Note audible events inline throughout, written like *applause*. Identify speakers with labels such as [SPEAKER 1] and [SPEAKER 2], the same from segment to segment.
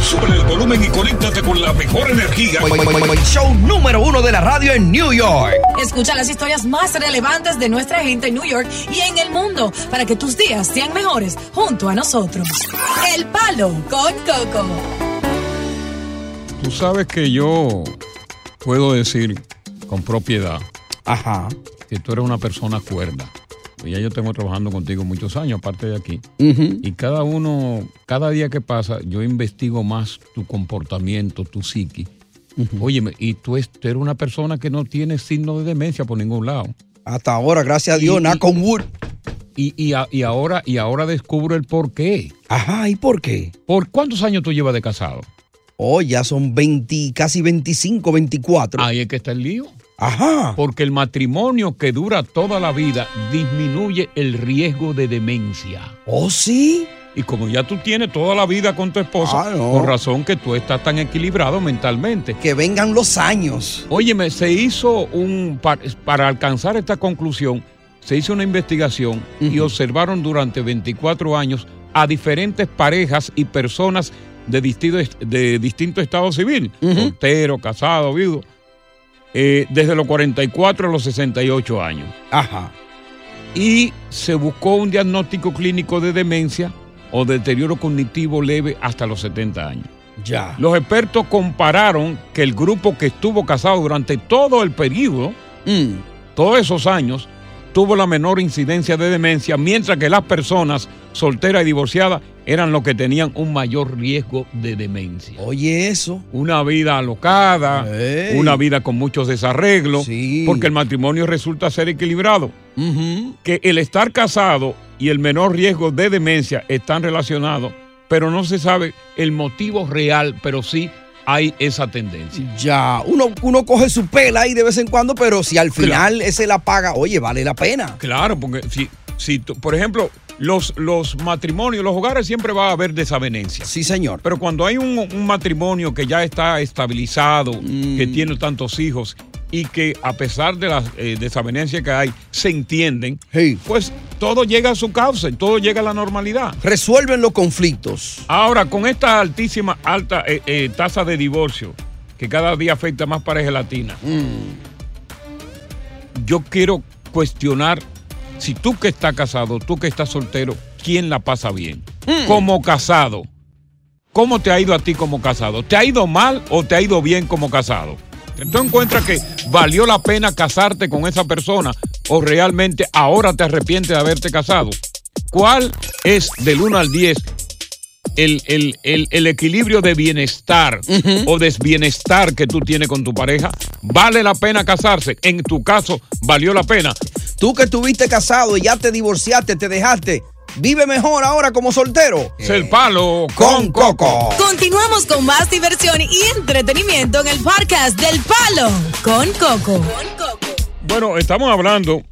[SPEAKER 1] Sube el volumen y conéctate con la mejor energía.
[SPEAKER 2] Show número uno de la radio en New York.
[SPEAKER 3] Escucha las historias más relevantes de nuestra gente en New York y en el mundo para que tus días sean mejores junto a nosotros. El Palo con Coco.
[SPEAKER 4] Tú sabes que yo puedo decir con propiedad
[SPEAKER 2] Ajá.
[SPEAKER 4] que tú eres una persona cuerda. Pues Ya yo tengo trabajando contigo muchos años, aparte de aquí.
[SPEAKER 2] Ujú.
[SPEAKER 4] Y cada uno, cada día que pasa, yo investigo más tu comportamiento, tu psiqui. Óyeme, y tú, es- tú eres una persona que no tiene signo de demencia por ningún lado.
[SPEAKER 2] Hasta ahora, gracias a Dios,
[SPEAKER 4] Y-
[SPEAKER 2] nada
[SPEAKER 4] y-
[SPEAKER 2] con Wood.
[SPEAKER 4] Y, y a- y ahora, y ahora descubro el por qué.
[SPEAKER 2] Ajá, ¿y por qué?
[SPEAKER 4] ¿Por cuántos años tú llevas de casado?
[SPEAKER 2] Oh, ya son 20, casi 25, 24.
[SPEAKER 4] Ahí es que está el lío.
[SPEAKER 2] Ajá.
[SPEAKER 4] Porque el matrimonio que dura toda la vida disminuye el riesgo de demencia.
[SPEAKER 2] Oh, sí.
[SPEAKER 4] Y como ya tú tienes toda la vida con tu esposa,
[SPEAKER 2] Ah, no.
[SPEAKER 4] con razón que tú estás tan equilibrado mentalmente.
[SPEAKER 2] Que vengan los años.
[SPEAKER 4] Óyeme, se hizo un, pa- para, alcanzar esta conclusión, se hizo una investigación y
[SPEAKER 2] Ujú.
[SPEAKER 4] observaron durante 24 años a diferentes parejas y personas de distinto, est- de distinto estado civil,
[SPEAKER 2] Ujú.
[SPEAKER 4] soltero, casado, viudo, eh, desde los 44 a los 68 años.
[SPEAKER 2] Ajá.
[SPEAKER 4] Y se buscó un diagnóstico clínico de demencia o deterioro cognitivo leve hasta los 70 años.
[SPEAKER 2] Ya.
[SPEAKER 4] Los expertos compararon que el grupo que estuvo casado durante todo el periodo,
[SPEAKER 2] Mm.
[SPEAKER 4] todos esos años, tuvo la menor incidencia de demencia, mientras que las personas solteras y divorciadas eran los que tenían un mayor riesgo de demencia.
[SPEAKER 2] Oye, eso. Eh.
[SPEAKER 4] Una vida alocada,
[SPEAKER 2] Ey.
[SPEAKER 4] una vida con muchos desarreglos,
[SPEAKER 2] Sí.
[SPEAKER 4] porque el matrimonio resulta ser equilibrado.
[SPEAKER 2] Ujú.
[SPEAKER 4] Que el estar casado y el menor riesgo de demencia están relacionados, pero no se sabe el motivo real, pero sí hay esa tendencia.
[SPEAKER 2] Ya. Uno, uno coge su pela ahí de vez en cuando, pero si al final ese la paga, oye, vale la pena.
[SPEAKER 4] Claro, porque si, si tú- por ejemplo, los, los matrimonios, los hogares siempre va a haber desavenencia.
[SPEAKER 2] Sí, señor.
[SPEAKER 4] Pero cuando hay un, un matrimonio que ya está estabilizado,
[SPEAKER 2] Mm.
[SPEAKER 4] que tiene tantos hijos y que a pesar de las eh, desavenencias que hay, se entienden,
[SPEAKER 2] Sí.
[SPEAKER 4] pues todo llega a su causa y todo llega a la normalidad.
[SPEAKER 2] Resuelven los conflictos.
[SPEAKER 4] Ahora, con esta altísima alta eh, eh, tasa de divorcio que cada día afecta más parejas latinas, yo quiero cuestionar si tú que estás casado, tú que estás soltero, ¿quién la pasa bien? Como casado, ¿cómo te ha ido a ti como casado? ¿Te ha ido mal o te ha ido bien como casado? ¿Tú encuentras que valió la pena casarte con esa persona o realmente ahora te arrepientes de haberte casado? ¿Cuál es del 1 al 10 el, el- el- el equilibrio de bienestar o desbienestar que tú tienes con tu pareja, ¿vale la pena casarse? En tu caso, ¿valió la pena?
[SPEAKER 2] Tú que estuviste casado y ya te divorciaste, te dejaste, vive mejor ahora como soltero.
[SPEAKER 4] Es el palo
[SPEAKER 2] Con Coco.
[SPEAKER 3] Continuamos con más diversión y entretenimiento en el podcast del Palo con Coco.
[SPEAKER 4] Bueno, estamos hablando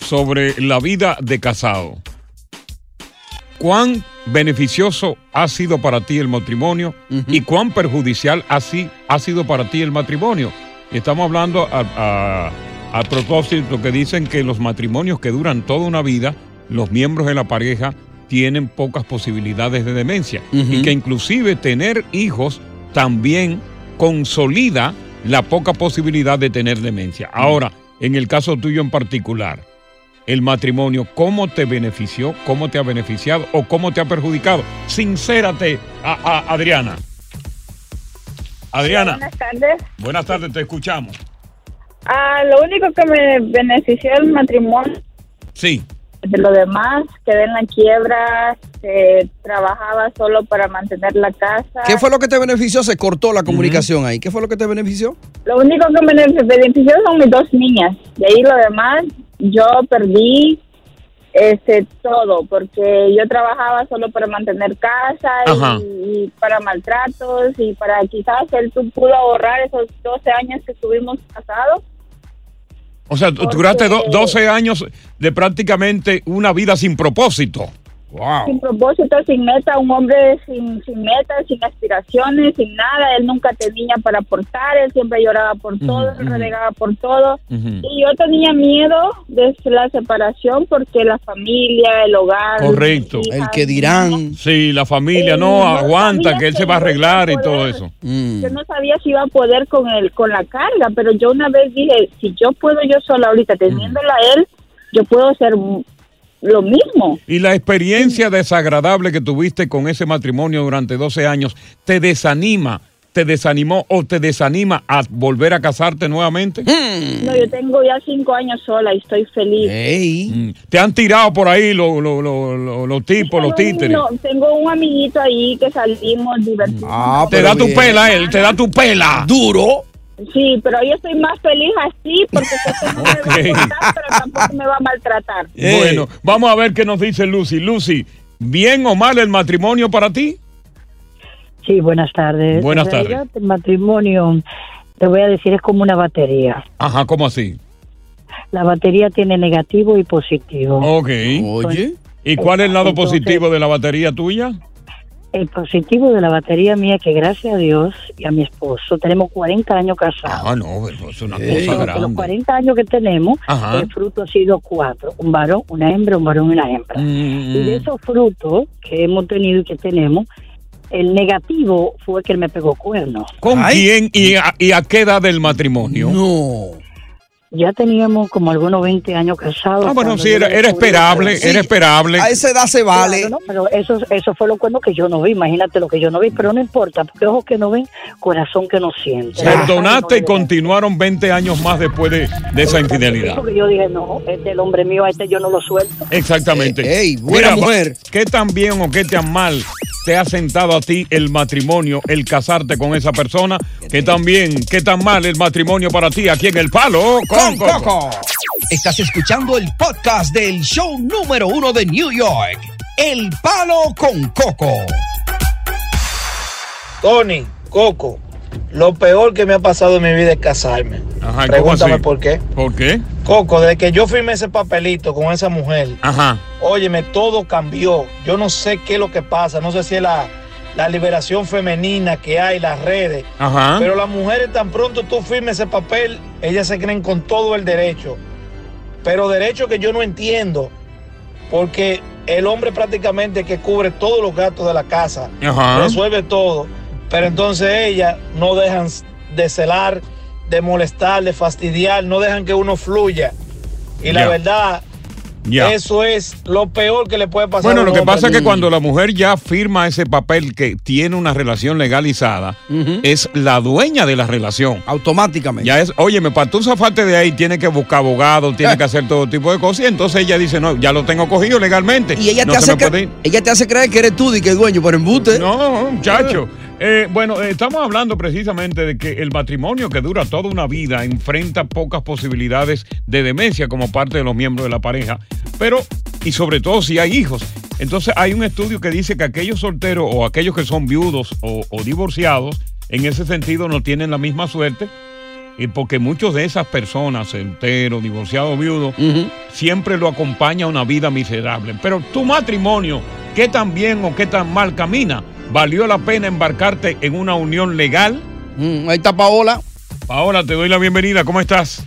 [SPEAKER 4] sobre la vida de casado. ¿Cuán beneficioso ha sido para ti el matrimonio y cuán perjudicial así ha sido para ti el matrimonio? Y estamos hablando a, a- a propósito que dicen que los matrimonios que duran toda una vida los miembros de la pareja tienen pocas posibilidades de demencia
[SPEAKER 2] Ujú.
[SPEAKER 4] y que inclusive tener hijos también consolida la poca posibilidad de tener demencia. Ahora, en el caso tuyo en particular, el matrimonio, ¿cómo te benefició, cómo te ha beneficiado o cómo te ha perjudicado? Sincérate, a- a- Adriana. Adriana,
[SPEAKER 5] Buenas tardes.
[SPEAKER 4] buenas tardes, te escuchamos.
[SPEAKER 5] Ah, lo único que me benefició el matrimonio,
[SPEAKER 4] Sí,
[SPEAKER 5] de lo demás, quedé en la quiebra, eh, trabajaba solo para mantener la casa.
[SPEAKER 2] ¿Qué fue lo que te benefició? Se cortó la comunicación ahí. ¿Qué fue lo que te benefició?
[SPEAKER 5] Lo único que me bene- benefició son mis dos niñas. De ahí lo demás, yo perdí este todo, porque yo trabajaba solo para mantener casa
[SPEAKER 4] Ajá.
[SPEAKER 5] y, y para maltratos y para quizás él tu- pudo ahorrar esos 12 años que estuvimos casados.
[SPEAKER 4] o sea,
[SPEAKER 5] Porque-
[SPEAKER 4] duraste do- 12 años de prácticamente una vida sin propósito.
[SPEAKER 5] sin
[SPEAKER 4] Wow.
[SPEAKER 5] propósito, sin meta, un hombre sin, sin metas, sin aspiraciones, sin nada. Él nunca tenía para aportar, él siempre lloraba por todo,
[SPEAKER 4] ujú.
[SPEAKER 5] relegaba por todo.
[SPEAKER 4] Ujú.
[SPEAKER 5] Y yo tenía miedo de la separación porque la familia, el hogar.
[SPEAKER 4] Correcto.
[SPEAKER 5] mis hijas,
[SPEAKER 2] El que dirán.
[SPEAKER 4] Sí, la familia,
[SPEAKER 5] Eh,
[SPEAKER 4] no,
[SPEAKER 5] no,
[SPEAKER 4] aguanta,
[SPEAKER 5] sabía
[SPEAKER 4] que él
[SPEAKER 5] que
[SPEAKER 4] se va a
[SPEAKER 5] no iba a
[SPEAKER 4] arreglar y
[SPEAKER 5] poder.
[SPEAKER 4] todo eso.
[SPEAKER 2] Mm.
[SPEAKER 5] Yo no sabía si iba a poder con el, con la carga, pero yo una vez dije, si yo puedo yo sola ahorita teniéndola a él, yo puedo hacer lo mismo.
[SPEAKER 4] Y la experiencia desagradable que tuviste con ese matrimonio durante 12 años, ¿te desanima? ¿Te desanimó o te desanima a volver a casarte nuevamente?
[SPEAKER 5] No, yo tengo ya cinco años sola y estoy feliz.
[SPEAKER 2] Mm. Ey.
[SPEAKER 4] Mm. Te han tirado por ahí lo- lo- lo- lo- los tipos, los
[SPEAKER 5] Tengo un-
[SPEAKER 4] títeres.
[SPEAKER 5] no, tengo un amiguito ahí que salimos divertidos.
[SPEAKER 2] Ah,
[SPEAKER 4] Te
[SPEAKER 2] pero
[SPEAKER 4] da tu
[SPEAKER 2] bien.
[SPEAKER 4] pela él, te da tu pela.
[SPEAKER 2] Duro.
[SPEAKER 5] Sí, pero yo estoy más feliz así porque sé que no me va a cortar, pero tampoco me va a maltratar.
[SPEAKER 2] Eh.
[SPEAKER 4] Bueno, vamos a ver qué nos dice Lucy. Lucy, ¿bien o mal el matrimonio para ti?
[SPEAKER 6] Sí, buenas tardes.
[SPEAKER 4] Buenas
[SPEAKER 6] En realidad, El matrimonio, te voy a decir, es como una batería.
[SPEAKER 4] Ajá, ¿cómo así?
[SPEAKER 6] La batería tiene negativo y positivo.
[SPEAKER 4] Ok.
[SPEAKER 2] Oye.
[SPEAKER 4] ¿Y cuál es el lado
[SPEAKER 6] Entonces-
[SPEAKER 4] positivo de la batería tuya?
[SPEAKER 6] El positivo de la batería mía, que gracias a Dios y a mi esposo, tenemos 40 años casados.
[SPEAKER 4] Ah, no, pero es una
[SPEAKER 2] Ey.
[SPEAKER 4] cosa
[SPEAKER 6] Pero de los
[SPEAKER 4] grande.
[SPEAKER 6] 40 años que tenemos,
[SPEAKER 4] Ajá.
[SPEAKER 6] el fruto ha sido cuatro: un varón, una hembra, un varón y una hembra.
[SPEAKER 4] Mm.
[SPEAKER 6] Y de esos frutos que hemos tenido y que tenemos, el negativo fue que él me pegó cuernos.
[SPEAKER 4] ¿Con
[SPEAKER 2] Ay.
[SPEAKER 4] quién y a, y a qué edad del matrimonio?
[SPEAKER 2] No.
[SPEAKER 6] Ya teníamos como algunos 20 años casados.
[SPEAKER 4] Ah, bueno,
[SPEAKER 6] cuando
[SPEAKER 4] sí,
[SPEAKER 6] yo
[SPEAKER 4] era, era
[SPEAKER 6] descubrí-
[SPEAKER 4] esperable,
[SPEAKER 2] Sí.
[SPEAKER 4] era esperable.
[SPEAKER 2] A esa edad se
[SPEAKER 6] Claro,
[SPEAKER 2] vale.
[SPEAKER 6] no, pero eso, eso fue lo cuernos que yo no vi, imagínate lo que yo no vi, pero no importa, porque ojos que no ven, corazón que no siente.
[SPEAKER 4] Perdonaste y
[SPEAKER 6] Ajá, no le
[SPEAKER 4] continuaron 20 años más después de, de esa
[SPEAKER 6] veo.
[SPEAKER 4] infidelidad.
[SPEAKER 6] Porque yo dije, no, este es el hombre mío, a este yo no lo suelto.
[SPEAKER 4] Exactamente.
[SPEAKER 2] Eh, ey, buena
[SPEAKER 4] va-
[SPEAKER 2] mujer.
[SPEAKER 4] ¿Qué tan bien o qué tan mal te ha sentado a ti el matrimonio, el casarte con esa persona? ¿Qué tan bien, qué tan mal el matrimonio para ti aquí en El Palo
[SPEAKER 2] Con Coco. Estás escuchando el podcast del show número uno de New York. El palo con Coco.
[SPEAKER 7] Tony, Coco, lo peor que me ha pasado en mi vida es casarme.
[SPEAKER 4] Ajá, ¿cómo
[SPEAKER 7] Pregúntame
[SPEAKER 4] así?
[SPEAKER 7] por qué.
[SPEAKER 4] ¿Por qué?
[SPEAKER 7] Coco, desde que yo firmé ese papelito con esa mujer,
[SPEAKER 4] Ajá.
[SPEAKER 7] óyeme, todo cambió. Yo no sé qué es lo que pasa, no sé si es la, la liberación femenina que hay, las redes,
[SPEAKER 4] Ajá.
[SPEAKER 7] pero las mujeres tan pronto tú firmes ese papel, ellas se creen con todo el derecho. Pero derecho que yo no entiendo, porque el hombre prácticamente es que cubre todos los gastos de la casa
[SPEAKER 4] Ajá.
[SPEAKER 7] resuelve todo. Pero entonces ellas no dejan de celar, de molestar, de fastidiar, no dejan que uno fluya. Y la
[SPEAKER 4] Ya.
[SPEAKER 7] verdad,
[SPEAKER 4] Ya.
[SPEAKER 7] eso es lo peor que le puede pasar. a
[SPEAKER 4] Bueno,
[SPEAKER 7] un
[SPEAKER 4] lo que
[SPEAKER 7] hombre.
[SPEAKER 4] pasa es que cuando la mujer ya firma ese papel que tiene una relación legalizada, es la dueña de la relación.
[SPEAKER 2] Automáticamente.
[SPEAKER 4] Ya es, óyeme, para tú zafarte de ahí, tiene que buscar abogado,
[SPEAKER 2] Eh.
[SPEAKER 4] tiene que hacer todo tipo de cosas. Y entonces ella dice, no, ya lo tengo cogido legalmente.
[SPEAKER 2] Y ella
[SPEAKER 4] no
[SPEAKER 2] te,
[SPEAKER 4] se
[SPEAKER 2] hace
[SPEAKER 4] me puede
[SPEAKER 2] cre-
[SPEAKER 4] ir".
[SPEAKER 2] ella te hace creer que eres tú y que es dueño, pero embute.
[SPEAKER 4] No, muchacho. Eh, bueno, eh, estamos hablando precisamente de que el matrimonio que dura toda una vida enfrenta pocas posibilidades de demencia como parte de los miembros de la pareja, pero y sobre todo si hay hijos. Entonces hay un estudio que dice que aquellos solteros o aquellos que son viudos o, o divorciados, en ese sentido no tienen la misma suerte, y porque muchos de esas personas, solteros, divorciados, viudos,
[SPEAKER 2] Ujú.
[SPEAKER 4] siempre lo acompaña una vida miserable. Pero tu matrimonio, qué tan bien o qué tan mal camina, ¿valió la pena embarcarte en una unión legal?
[SPEAKER 2] Mm, ahí está Paola.
[SPEAKER 4] Ahora te doy la bienvenida, ¿cómo estás?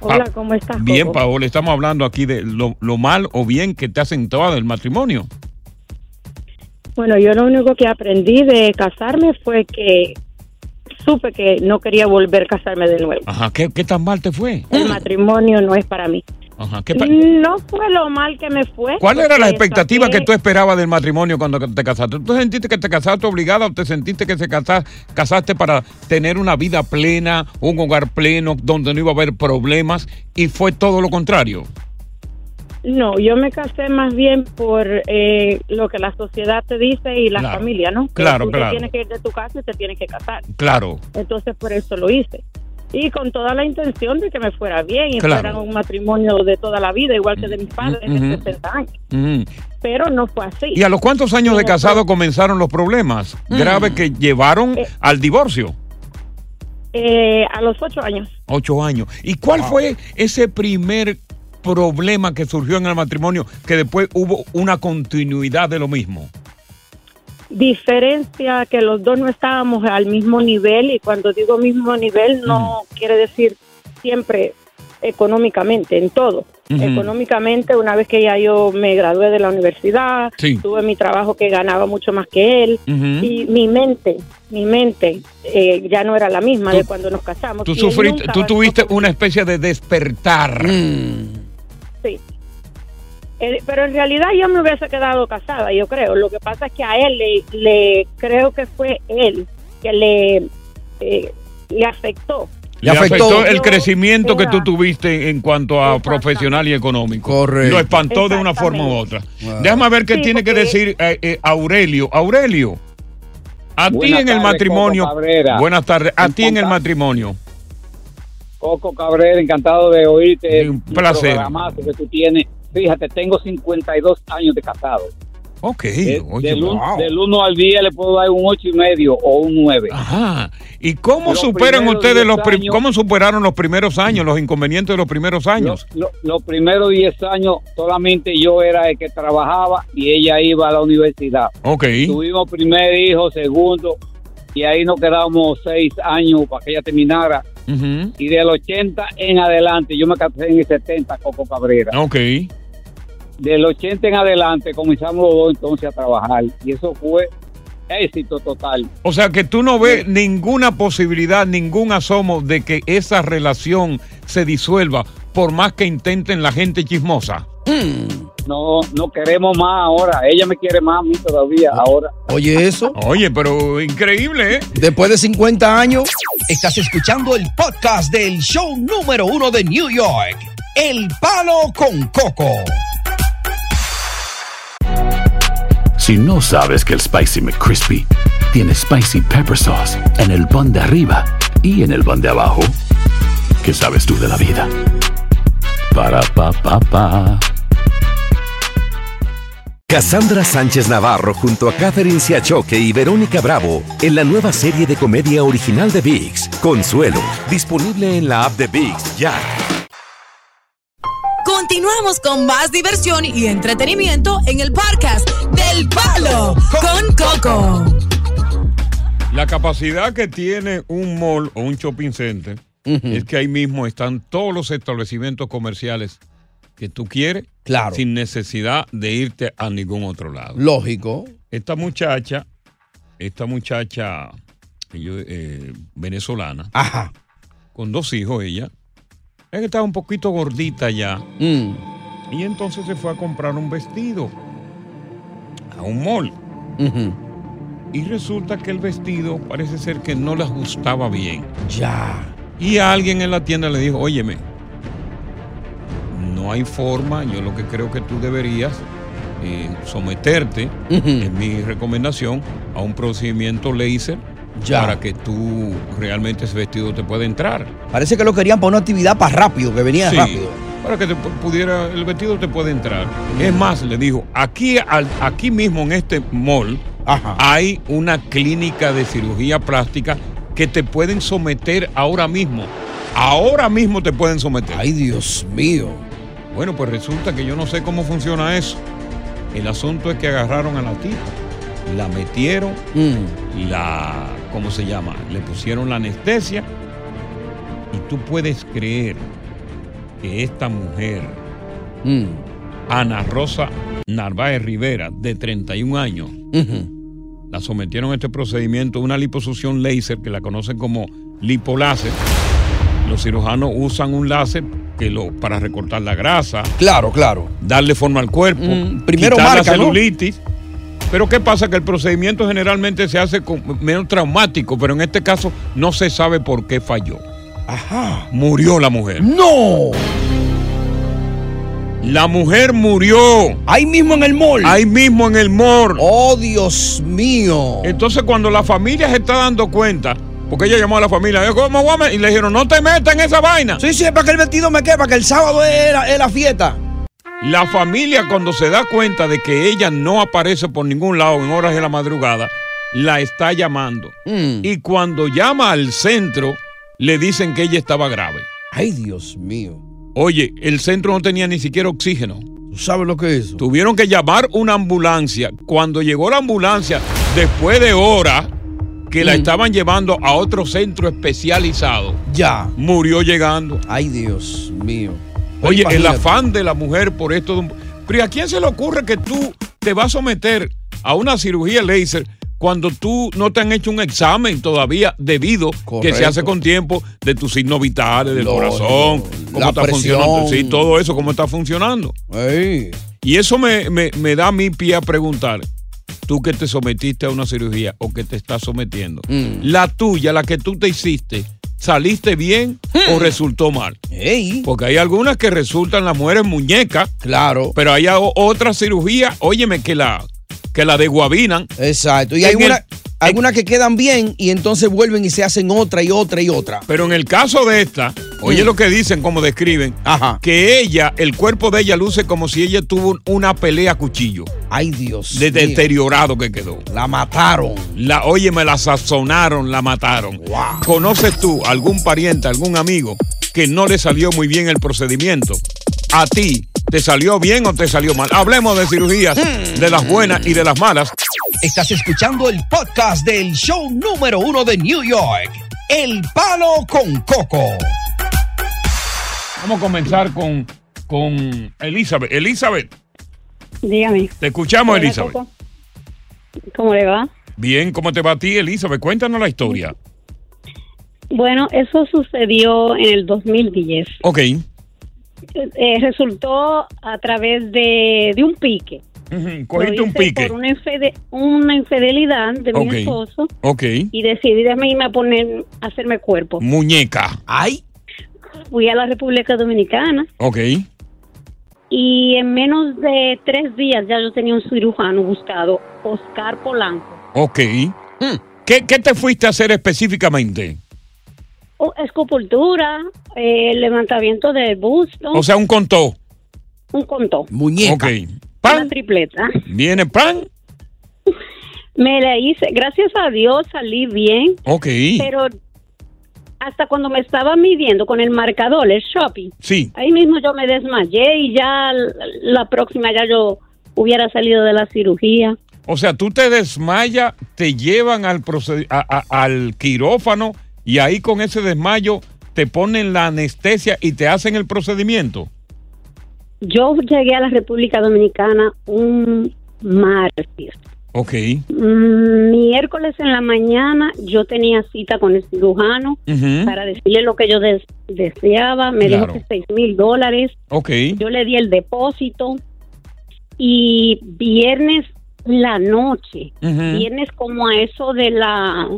[SPEAKER 8] Hola, ¿cómo estás?
[SPEAKER 4] Bien,
[SPEAKER 8] Coco?
[SPEAKER 4] Paola, estamos hablando aquí de lo, lo mal o bien que te ha sentado el matrimonio.
[SPEAKER 8] Bueno, yo lo único que aprendí de casarme fue que supe que no quería volver a casarme de nuevo.
[SPEAKER 4] Ajá, ¿qué, qué tan mal te fue?
[SPEAKER 8] El matrimonio no es para mí.
[SPEAKER 4] Ajá, ¿qué pa-
[SPEAKER 8] No fue lo mal que me fue.
[SPEAKER 4] ¿Cuál era la
[SPEAKER 8] porque
[SPEAKER 4] expectativa
[SPEAKER 8] saqué-
[SPEAKER 4] que tú esperabas del matrimonio cuando te casaste? ¿Tú sentiste que te casaste obligada o te sentiste que se casa- casaste para tener una vida plena, un hogar pleno, donde no iba a haber problemas y fue todo lo contrario?
[SPEAKER 8] No, yo me casé más bien por eh, lo que la sociedad te dice y la
[SPEAKER 4] Claro,
[SPEAKER 8] familia, ¿no? Que
[SPEAKER 4] claro,
[SPEAKER 8] tú
[SPEAKER 4] claro.
[SPEAKER 8] Te tienes que ir de tu casa y te tienes que casar.
[SPEAKER 4] Claro.
[SPEAKER 8] Entonces por eso lo hice. Y con toda la intención de que me fuera bien y
[SPEAKER 4] Claro. Mm,
[SPEAKER 8] fuera un matrimonio de toda la vida, igual que de mis padres
[SPEAKER 4] ujú.
[SPEAKER 8] de 60 años.
[SPEAKER 4] Mm.
[SPEAKER 8] Pero no fue así.
[SPEAKER 4] ¿Y a los cuántos años de casado comenzaron los problemas graves que llevaron
[SPEAKER 8] Eh.
[SPEAKER 4] al divorcio?
[SPEAKER 8] Eh, a los ocho años.
[SPEAKER 4] Ocho años. ¿Y cuál fue ese primer problema que surgió en el matrimonio que después hubo una continuidad de lo mismo?
[SPEAKER 8] Diferencia que los dos no estábamos al mismo nivel y cuando digo mismo nivel no quiere decir siempre económicamente, en todo.
[SPEAKER 9] Ujú.
[SPEAKER 8] Económicamente, una vez que ya yo me gradué de la universidad,
[SPEAKER 9] Sí.
[SPEAKER 8] tuve mi trabajo que ganaba mucho más que él
[SPEAKER 4] Ujú.
[SPEAKER 8] y mi mente, mi mente eh, ya no era la misma de cuando nos casamos.
[SPEAKER 4] Tú,
[SPEAKER 8] Y él
[SPEAKER 4] sufriste,
[SPEAKER 8] nunca
[SPEAKER 4] tú
[SPEAKER 8] avanzó
[SPEAKER 4] tuviste una especie de despertar. Mm.
[SPEAKER 8] Sí. Eh, pero en realidad yo me hubiese quedado casada, yo creo. Lo que pasa es que a él le, le- creo que fue él que le, eh, le afectó.
[SPEAKER 4] Le afectó, el
[SPEAKER 8] Yo
[SPEAKER 4] crecimiento que tú
[SPEAKER 8] era-
[SPEAKER 4] tuviste en cuanto a profesional y económico.
[SPEAKER 10] Correcto.
[SPEAKER 4] Lo espantó de una forma u otra. Déjame ver qué
[SPEAKER 10] Sí,
[SPEAKER 4] tiene que
[SPEAKER 10] porque-
[SPEAKER 4] decir eh, eh, Aurelio. Aurelio, a ti
[SPEAKER 11] Buenas
[SPEAKER 4] en el
[SPEAKER 11] tardes,
[SPEAKER 4] matrimonio.
[SPEAKER 11] Coco Cabrera.
[SPEAKER 4] Buenas tardes. A ti en el matrimonio.
[SPEAKER 11] Coco Cabrera, encantado de oírte. Un
[SPEAKER 4] placer.
[SPEAKER 11] programazo que tú tienes. Fíjate, tengo 52 años de casado.
[SPEAKER 4] Ok.
[SPEAKER 11] De-
[SPEAKER 4] oye,
[SPEAKER 11] del, un-
[SPEAKER 4] wow.
[SPEAKER 11] del 1 al 10 le puedo dar un 8 y medio o un 9.
[SPEAKER 4] Ajá. ¿Y cómo
[SPEAKER 11] Los
[SPEAKER 4] superan
[SPEAKER 11] primeros
[SPEAKER 4] ustedes los
[SPEAKER 11] 10
[SPEAKER 4] pri-
[SPEAKER 11] años-
[SPEAKER 4] cómo superaron los primeros años, los inconvenientes de los primeros años?
[SPEAKER 11] Lo- los primeros 10 años solamente yo era el que trabajaba y ella iba a la universidad.
[SPEAKER 4] ok.
[SPEAKER 11] Tuvimos primer hijo, segundo, y ahí nos quedamos 6 años para que ella terminara.
[SPEAKER 4] Ujú.
[SPEAKER 11] Y del 80 en adelante, yo me casé en el 70, Coco Cabrera.
[SPEAKER 4] Ok.
[SPEAKER 11] Del 80 en adelante comenzamos los dos entonces a trabajar. Y eso fue éxito total.
[SPEAKER 4] O sea que tú no ves ninguna posibilidad, ningún asomo de que esa relación se disuelva, por más que intenten la gente chismosa.
[SPEAKER 11] No, no queremos más ahora. Ella me quiere más a mí todavía ahora.
[SPEAKER 10] Oye, eso.
[SPEAKER 4] Ah. Oye, pero increíble, ¿eh?
[SPEAKER 10] Después de 50 años.
[SPEAKER 12] Estás escuchando el podcast del show número uno de New York, El Palo con Coco.
[SPEAKER 13] Si no sabes que el Spicy McCrispy tiene Spicy Pepper Sauce en el pan de arriba y en el pan de abajo, ¿qué sabes tú de la vida? Para, pa, pa, pa.
[SPEAKER 14] Cassandra Sánchez Navarro junto a Catherine Siachoque y Verónica Bravo en la nueva serie de comedia original de VIX, Consuelo, disponible en la app de VIX ya.
[SPEAKER 3] Continuamos con más diversión y entretenimiento en el podcast del Palo con Coco.
[SPEAKER 4] La capacidad que tiene un mall o un shopping center es que ahí mismo están todos los establecimientos comerciales que tú quieres,
[SPEAKER 10] Claro.
[SPEAKER 4] sin necesidad de irte a ningún otro lado.
[SPEAKER 10] Lógico.
[SPEAKER 4] Esta muchacha, esta muchacha yo, eh, venezolana, con dos hijos ella, es que estaba un poquito gordita ya,
[SPEAKER 10] Mm.
[SPEAKER 4] y entonces se fue a comprar un vestido a un mall. Y resulta que el vestido parece ser que no le ajustaba bien.
[SPEAKER 10] Ya.
[SPEAKER 4] Y alguien en la tienda le dijo, óyeme, no hay forma, yo lo que creo que tú deberías eh, someterte, es mi recomendación, a un procedimiento láser
[SPEAKER 10] Ya.
[SPEAKER 4] para que tú realmente ese vestido te pueda entrar.
[SPEAKER 10] Parece que lo querían para una actividad para rápido, que venía
[SPEAKER 4] Sí,
[SPEAKER 10] rápido.
[SPEAKER 4] Para que te pu- pudiera, el vestido te puede entrar. Es más, le dijo, aquí, al- aquí mismo en este mall hay una clínica de cirugía plástica que te pueden someter ahora mismo. Ahora mismo te pueden someter.
[SPEAKER 10] Ay, Dios mío.
[SPEAKER 4] Bueno, pues resulta que yo no sé cómo funciona eso. El asunto es que agarraron a la tipa, la metieron,
[SPEAKER 10] Mm.
[SPEAKER 4] la, ¿cómo se llama? Le pusieron la anestesia y tú puedes creer que esta mujer,
[SPEAKER 12] Mm.
[SPEAKER 4] Ana Rosa Narváez Rivera, de 31 años, la sometieron a este procedimiento, una liposucción láser que la conocen como lipoláser. Los cirujanos usan un láser que lo, para recortar la grasa.
[SPEAKER 12] Claro, claro.
[SPEAKER 4] Darle forma al cuerpo.
[SPEAKER 12] Mm, primero
[SPEAKER 4] quitar
[SPEAKER 12] marca,
[SPEAKER 4] la
[SPEAKER 12] ¿no?
[SPEAKER 4] celulitis. Pero ¿qué pasa? Que el procedimiento generalmente se hace con- menos traumático, pero en este caso no se sabe por qué falló.
[SPEAKER 12] Ajá. Mm.
[SPEAKER 4] Murió la mujer.
[SPEAKER 12] ¡No!
[SPEAKER 4] La mujer murió.
[SPEAKER 12] Ahí mismo en el mall.
[SPEAKER 4] Ahí mismo en el mall.
[SPEAKER 12] Oh, Dios mío.
[SPEAKER 4] Entonces, cuando la familia se está dando cuenta, porque ella llamó a la familia, "Eh, ¿cómo voy a me-?" Y le dijeron, no te metas en esa vaina.
[SPEAKER 12] Sí, sí, es para que el vestido me quede, para que el sábado es la, es la fiesta.
[SPEAKER 4] La familia, cuando se da cuenta de que ella no aparece por ningún lado en horas de la madrugada, la está llamando.
[SPEAKER 12] Mm.
[SPEAKER 4] Y cuando llama al centro, le dicen que ella estaba grave.
[SPEAKER 12] Ay, Dios mío.
[SPEAKER 4] Oye, el centro no tenía ni siquiera oxígeno.
[SPEAKER 12] ¿Tú sabes lo que es eso?
[SPEAKER 4] Tuvieron que llamar una ambulancia. Cuando llegó la ambulancia, después de horas que
[SPEAKER 12] Mm.
[SPEAKER 4] la estaban llevando a otro centro especializado,
[SPEAKER 12] Ya.
[SPEAKER 4] murió llegando.
[SPEAKER 12] Ay, Dios mío. Pero
[SPEAKER 4] Oye, el
[SPEAKER 12] imagínate.
[SPEAKER 4] afán de la mujer por esto. de un- Pero ¿y ¿a quién se le ocurre que tú te vas a someter a una cirugía láser cuando tú no te han hecho un examen todavía debido que se
[SPEAKER 12] Correcto.
[SPEAKER 4] hace con tiempo de tus signos vitales, del
[SPEAKER 12] Lógico.
[SPEAKER 4] corazón, cómo
[SPEAKER 12] La
[SPEAKER 4] está
[SPEAKER 12] presión.
[SPEAKER 4] funcionando? Sí, todo eso, cómo está funcionando. Y eso me, me- me da mi pie a preguntar. Tú que te sometiste a una cirugía o que te estás sometiendo,
[SPEAKER 12] Mm.
[SPEAKER 4] la tuya, la que tú te hiciste, ¿saliste bien
[SPEAKER 12] Mm.
[SPEAKER 4] o resultó mal? Porque hay algunas que resultan las mujeres muñecas.
[SPEAKER 12] Claro.
[SPEAKER 4] Pero hay o- otras cirugías, óyeme, que la, que la desguabinan.
[SPEAKER 12] Exacto. Y hay
[SPEAKER 4] En el-
[SPEAKER 12] una- algunas que quedan bien y entonces vuelven y se hacen otra y otra y otra.
[SPEAKER 4] Pero en el caso de esta, oye
[SPEAKER 12] Mm.
[SPEAKER 4] lo que dicen, como describen, que ella, el cuerpo de ella luce como si ella tuvo una pelea a cuchillo.
[SPEAKER 12] Ay, Dios.
[SPEAKER 4] De
[SPEAKER 12] mío.
[SPEAKER 4] deteriorado que quedó.
[SPEAKER 12] La mataron.
[SPEAKER 4] La, oye, me la sazonaron, la mataron. ¿Conoces tú algún pariente, algún amigo que no le salió muy bien el procedimiento? ¿A ti te salió bien o te salió mal? Hablemos de cirugías,
[SPEAKER 12] Hmm.
[SPEAKER 4] de las buenas y de las malas.
[SPEAKER 2] Estás escuchando el podcast del show número uno de New York, El Palo con Coco.
[SPEAKER 4] Vamos a comenzar con, con Elizabeth. Elizabeth,
[SPEAKER 15] Dígame.
[SPEAKER 4] te escuchamos,
[SPEAKER 15] Hola,
[SPEAKER 4] Elizabeth.
[SPEAKER 15] Coco. ¿Cómo le va?
[SPEAKER 4] Bien, ¿cómo te va a ti, Elizabeth? Cuéntanos la historia.
[SPEAKER 15] Bueno, eso sucedió en el 2010.
[SPEAKER 4] Ok.
[SPEAKER 15] Eh, eh, resultó a través de, de un pique.
[SPEAKER 4] Cogiste
[SPEAKER 15] Lo
[SPEAKER 4] un
[SPEAKER 15] hice
[SPEAKER 4] pique.
[SPEAKER 15] Por una, infide- una infidelidad de
[SPEAKER 4] Ok.
[SPEAKER 15] mi esposo
[SPEAKER 4] Ok.
[SPEAKER 15] y decidí de mí irme a poner a hacerme cuerpo.
[SPEAKER 4] Muñeca.
[SPEAKER 12] Ay.
[SPEAKER 15] Fui a la República Dominicana
[SPEAKER 4] Ok.
[SPEAKER 15] y en menos de tres días ya yo tenía un cirujano buscado, Oscar Polanco.
[SPEAKER 4] Ok. ¿Qué, qué te fuiste a hacer específicamente?
[SPEAKER 15] O- escocultura, Oh, eh, levantamiento del busto,
[SPEAKER 4] O sea, un contó.
[SPEAKER 15] un contó.
[SPEAKER 4] Ok.
[SPEAKER 12] Muñeca.
[SPEAKER 15] Una tripleta.
[SPEAKER 4] Viene pan.
[SPEAKER 15] Me la hice, gracias a Dios salí bien,
[SPEAKER 4] Ok.
[SPEAKER 15] pero hasta cuando me estaba midiendo con el marcador, el shopping,
[SPEAKER 4] Sí.
[SPEAKER 15] ahí mismo yo me desmayé y ya l- la próxima ya yo hubiera salido de la cirugía.
[SPEAKER 4] O sea, tú te desmayas, te llevan al, proced- a- a- al quirófano y ahí con ese desmayo te ponen la anestesia y te hacen el procedimiento.
[SPEAKER 15] Yo llegué a la República Dominicana un martes.
[SPEAKER 4] Ok.
[SPEAKER 15] Mm, Miércoles en la mañana yo tenía cita con el cirujano
[SPEAKER 4] Ujú.
[SPEAKER 15] para decirle lo que yo des- deseaba. Me
[SPEAKER 4] Claro.
[SPEAKER 15] dijo que 6 mil dólares.
[SPEAKER 4] Ok.
[SPEAKER 15] Yo le di el depósito y viernes la noche,
[SPEAKER 4] Ujú.
[SPEAKER 15] viernes como a eso de la,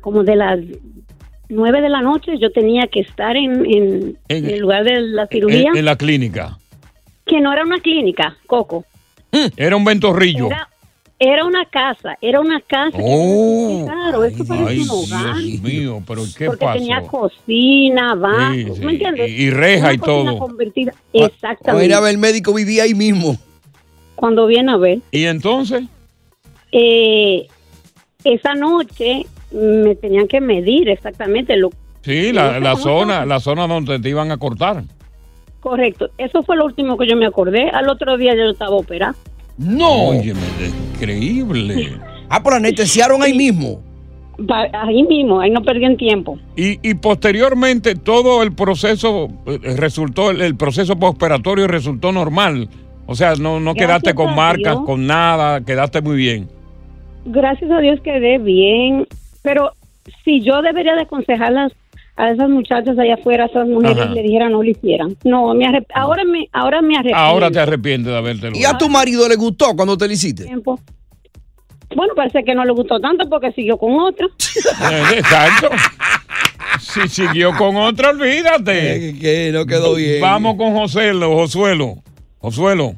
[SPEAKER 15] como de las nueve de la noche, yo tenía que estar en, en,
[SPEAKER 4] En-
[SPEAKER 15] el lugar de la cirugía,
[SPEAKER 4] En, en la clínica.
[SPEAKER 15] que no era una clínica, Coco,
[SPEAKER 4] Era un ventorrillo.
[SPEAKER 15] era, era una casa, era una casa.
[SPEAKER 4] Oh.
[SPEAKER 15] claro, esto
[SPEAKER 4] Ay,
[SPEAKER 15] parecía un hogar.
[SPEAKER 4] Dios mío, pero ¿qué
[SPEAKER 15] porque
[SPEAKER 4] pasó?
[SPEAKER 15] tenía cocina, baño,
[SPEAKER 4] Sí, sí,
[SPEAKER 15] ¿me entiendes?
[SPEAKER 4] y- y reja
[SPEAKER 15] Una
[SPEAKER 4] y
[SPEAKER 15] cocina
[SPEAKER 4] todo. Ah,
[SPEAKER 15] convertida.
[SPEAKER 12] O
[SPEAKER 15] Exactamente.
[SPEAKER 12] ir a ver el médico, vivía ahí mismo.
[SPEAKER 15] Cuando viene a ver,
[SPEAKER 4] ¿Y entonces?
[SPEAKER 15] eh, esa noche me tenían que medir exactamente lo
[SPEAKER 4] Sí,
[SPEAKER 12] *laughs*
[SPEAKER 4] la, la zona, la zona donde te iban a cortar.
[SPEAKER 15] correcto. Eso fue lo último que yo me acordé. Al otro día yo estaba operada.
[SPEAKER 12] No.
[SPEAKER 4] Óyeme, increíble.
[SPEAKER 12] Ah, pero anestesiaron ahí mismo.
[SPEAKER 15] Va- Ahí mismo, ahí no perdían tiempo.
[SPEAKER 4] Y, y posteriormente todo el proceso eh, resultó, el, el proceso postoperatorio resultó normal. O sea, no,
[SPEAKER 15] Gracias
[SPEAKER 4] no quedaste con
[SPEAKER 15] a
[SPEAKER 4] marcas,
[SPEAKER 15] Dios.
[SPEAKER 4] con nada, quedaste muy bien. *laughs*
[SPEAKER 15] Gracias a Dios quedé bien, pero si yo debería de aconsejarlas a esas muchachas allá afuera, a esas mujeres,
[SPEAKER 4] Ajá.
[SPEAKER 15] le dijera no lo hicieran. No, me arrep- ahora me ahora me arrepiento.
[SPEAKER 4] Ahora te arrepientes de haberte
[SPEAKER 12] ¿Y a tu marido le gustó cuando te lo hiciste?
[SPEAKER 15] tiempo. Bueno, parece que no le gustó tanto porque siguió con
[SPEAKER 4] *laughs*
[SPEAKER 15] otra.
[SPEAKER 4] Exacto. Si siguió con otra,
[SPEAKER 12] Eh,
[SPEAKER 4] olvídate.
[SPEAKER 12] Que no quedó bien.
[SPEAKER 4] Vamos con Joselo, Josuelo. Josuelo.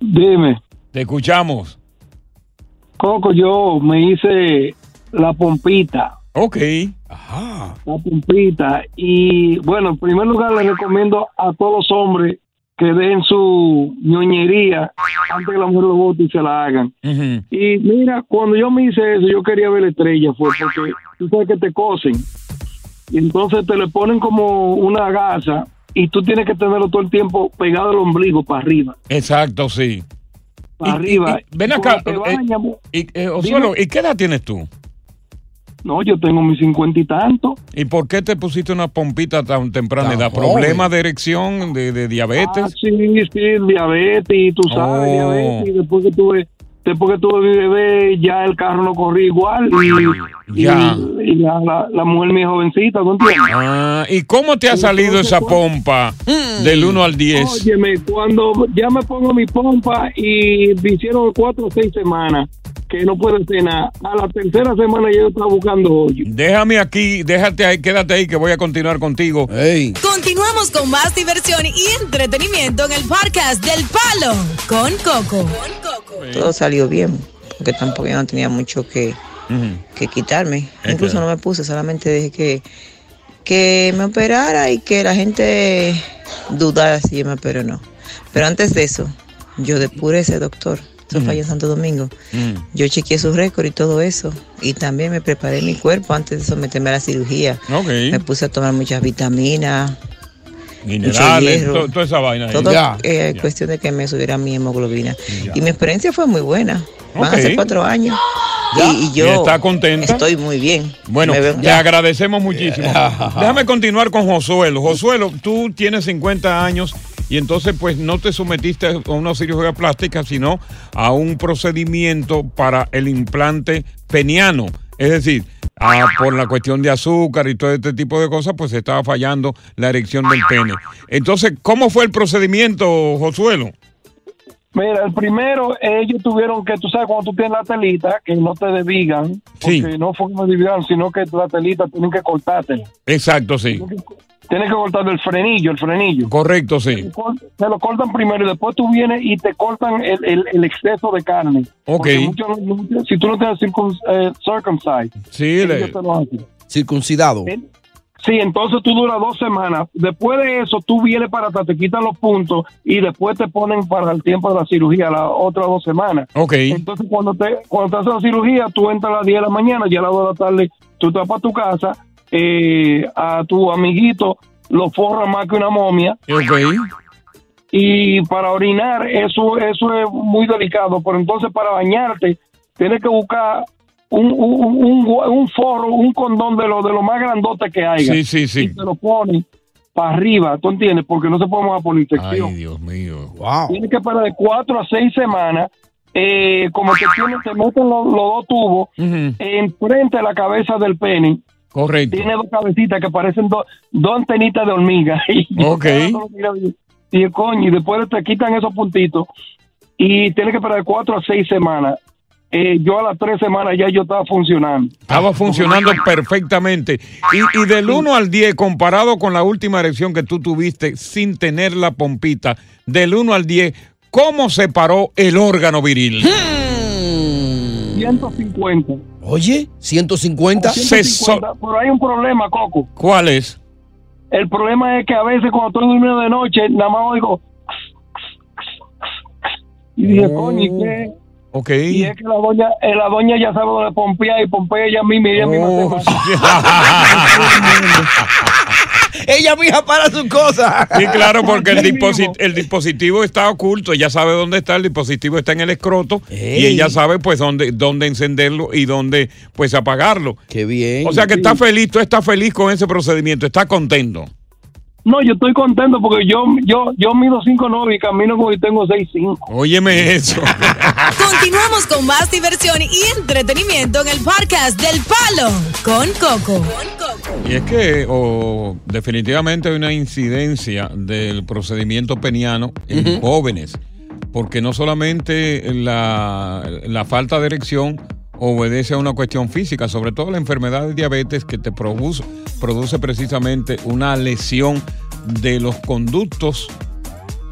[SPEAKER 16] Dime.
[SPEAKER 4] Te escuchamos.
[SPEAKER 16] Coco, yo me hice la pompita.
[SPEAKER 4] Ok.
[SPEAKER 16] La pompita. Y bueno, en primer lugar le recomiendo a todos los hombres que den su ñoñería antes que la mujer lo vote y se la hagan. Y mira, cuando yo me hice eso, yo quería ver la estrella, fue porque tú sabes que te cosen. Y entonces te le ponen como una gasa y tú tienes que tenerlo todo el tiempo pegado al ombligo para arriba.
[SPEAKER 4] Exacto, sí.
[SPEAKER 16] Para
[SPEAKER 4] Y- y-
[SPEAKER 16] arriba.
[SPEAKER 4] y- ven acá.
[SPEAKER 16] Cuando te
[SPEAKER 4] eh,
[SPEAKER 16] bañas,
[SPEAKER 4] y, eh, Josuelo,
[SPEAKER 16] Dime.
[SPEAKER 4] ¿y qué edad tienes tú?
[SPEAKER 16] No, yo tengo mis cincuenta y tanto.
[SPEAKER 4] ¿Y por qué te pusiste una pompita tan temprana
[SPEAKER 16] Tan
[SPEAKER 4] edad?
[SPEAKER 16] joven.
[SPEAKER 4] ¿Problemas de erección, de, de diabetes?
[SPEAKER 16] Ah, sí, sí, diabetes, y tú sabes,
[SPEAKER 4] Oh.
[SPEAKER 16] diabetes. Y después que tuve, después que tuve mi bebé, ya el carro no corría igual. Y,
[SPEAKER 4] Ya.
[SPEAKER 16] y- y la, la- la mujer mía jovencita, ¿tú entiendes? pues.
[SPEAKER 4] Ah, ¿Y cómo te ha salido esa pompa
[SPEAKER 16] Mm.
[SPEAKER 4] del 1 al 10?
[SPEAKER 16] Óyeme, cuando ya me pongo mi pompa y me hicieron cuatro o seis semanas que no puedo cenar, a la tercera semana yo estaba buscando hoyo.
[SPEAKER 4] Déjame aquí, déjate ahí, quédate ahí que voy a continuar contigo.
[SPEAKER 3] Continuamos con más diversión y entretenimiento en el podcast del Palo con Coco.
[SPEAKER 17] Todo salió bien, porque tampoco yo no tenía mucho que, que quitarme.
[SPEAKER 9] Es
[SPEAKER 17] Incluso
[SPEAKER 9] claro.
[SPEAKER 17] no me puse, solamente dejé que, que me operara y que la gente dudara si yo me operé o no. Pero antes de eso, yo depuré ese doctor. Eso
[SPEAKER 9] Ujú.
[SPEAKER 17] fue allá en Santo Domingo. Yo chequeé su récord y todo eso. Y también me preparé mi cuerpo antes de someterme a la cirugía.
[SPEAKER 4] Ok.
[SPEAKER 17] Me puse a tomar muchas vitaminas,
[SPEAKER 4] Minerales,
[SPEAKER 17] hierro.
[SPEAKER 4] to- toda esa vaina. ahí.
[SPEAKER 17] Todo eh, cuestión de que me subiera mi hemoglobina. Y mi experiencia fue muy buena. Van
[SPEAKER 4] Ok.
[SPEAKER 17] a ser cuatro años. Y, y
[SPEAKER 4] Y
[SPEAKER 17] yo
[SPEAKER 4] está contenta.
[SPEAKER 17] estoy muy bien.
[SPEAKER 4] Bueno,
[SPEAKER 17] Me veo-
[SPEAKER 4] te agradecemos muchísimo. Déjame continuar con Josuelo. Josuelo, tú tienes 50 años y entonces pues no te sometiste a una cirugía plástica, sino a un procedimiento para el implante peniano. Es decir, ah, por la cuestión de azúcar y todo este tipo de cosas, pues estaba fallando la erección del pene. Entonces, ¿cómo fue el procedimiento, Josuelo?
[SPEAKER 16] Mira, el primero, ellos tuvieron que, tú sabes, cuando tú tienes la telita, que no te desvigan,
[SPEAKER 4] Sí.
[SPEAKER 16] porque no fue que me desvigaron, sino que la telita tienen que cortártela.
[SPEAKER 4] Exacto, sí.
[SPEAKER 16] Tienes que cortar el frenillo, el frenillo.
[SPEAKER 4] Correcto, sí.
[SPEAKER 16] Te lo cortan primero y después tú vienes y te cortan el, el- el exceso de carne.
[SPEAKER 4] Ok.
[SPEAKER 16] Porque muchos- muchos- si tú no te has circun- eh, circumcised,
[SPEAKER 4] Sí,
[SPEAKER 16] ellos
[SPEAKER 4] le-
[SPEAKER 16] te lo hacen.
[SPEAKER 12] Circuncidado.
[SPEAKER 16] Sí, entonces tú duras dos semanas. Después de eso, tú vienes para atrás, te quitan los puntos y después te ponen para el tiempo de la cirugía, las otras dos semanas.
[SPEAKER 4] Ok.
[SPEAKER 16] Entonces, cuando te, cuando te hacen la cirugía, tú entras a las 10 de la mañana, ya a las 2 de la tarde, tú te vas para tu casa, eh, a tu amiguito lo forra más que una momia. Y para orinar, eso, eso es muy delicado, pero entonces para bañarte, tienes que buscar un, un, un, un forro, un condón de lo, de lo más grandote que haya.
[SPEAKER 4] Sí, sí, sí.
[SPEAKER 16] Y te lo ponen para arriba, ¿tú entiendes? Porque no se puede mojar por la infección.
[SPEAKER 4] Ay, Dios mío.
[SPEAKER 16] Tiene que parar de cuatro a seis semanas. eh, como que tiene, te meten los, los dos tubos enfrente de la cabeza del pene.
[SPEAKER 4] Correcto.
[SPEAKER 16] Tiene dos cabecitas que parecen dos dos antenitas de hormiga. *laughs* Y
[SPEAKER 4] Ok.
[SPEAKER 16] Y el coño, y después te quitan esos puntitos. Y tiene que parar de cuatro a seis semanas. Eh, yo a las tres semanas ya yo estaba funcionando.
[SPEAKER 4] Estaba funcionando perfectamente. Y, y del 1 al 10, comparado con la última erección que tú tuviste sin tener la pompita, del 1 al 10, ¿cómo se paró el órgano viril?
[SPEAKER 12] Mm.
[SPEAKER 16] 150.
[SPEAKER 12] Oye, 150.
[SPEAKER 16] 150, pero hay un problema, Coco.
[SPEAKER 4] ¿Cuál es?
[SPEAKER 16] El problema es que a veces cuando estoy durmiendo de noche, nada más oigo. Y dije, coño, ¿y qué?
[SPEAKER 4] Oh, Ok.
[SPEAKER 16] Y es que la doña, eh, la doña ya sabe dónde
[SPEAKER 4] Oh,
[SPEAKER 16] pompea y pompea ella misma y ella misma se mata.
[SPEAKER 12] Ella mija para sus cosas.
[SPEAKER 4] Sí, claro, porque el, *laughs* disposi- el dispositivo está oculto, ella sabe dónde está, el dispositivo está en el escroto
[SPEAKER 12] Ey.
[SPEAKER 4] y ella sabe pues dónde, dónde encenderlo y dónde pues apagarlo.
[SPEAKER 12] Qué bien.
[SPEAKER 4] O sea que está feliz, tú estás feliz con ese procedimiento, estás contento.
[SPEAKER 16] *laughs* No, yo estoy contento porque yo, yo, yo mido 5'9 y camino como si tengo 6'5. *laughs*
[SPEAKER 4] Óyeme eso.
[SPEAKER 3] Continuamos con más diversión y entretenimiento en el podcast del Palo con Coco.
[SPEAKER 4] Y es que o, definitivamente hay una incidencia del procedimiento peniano en jóvenes, porque no solamente la, la falta de erección obedece a una cuestión física, sobre todo la enfermedad de diabetes que te produce, produce precisamente una lesión de los conductos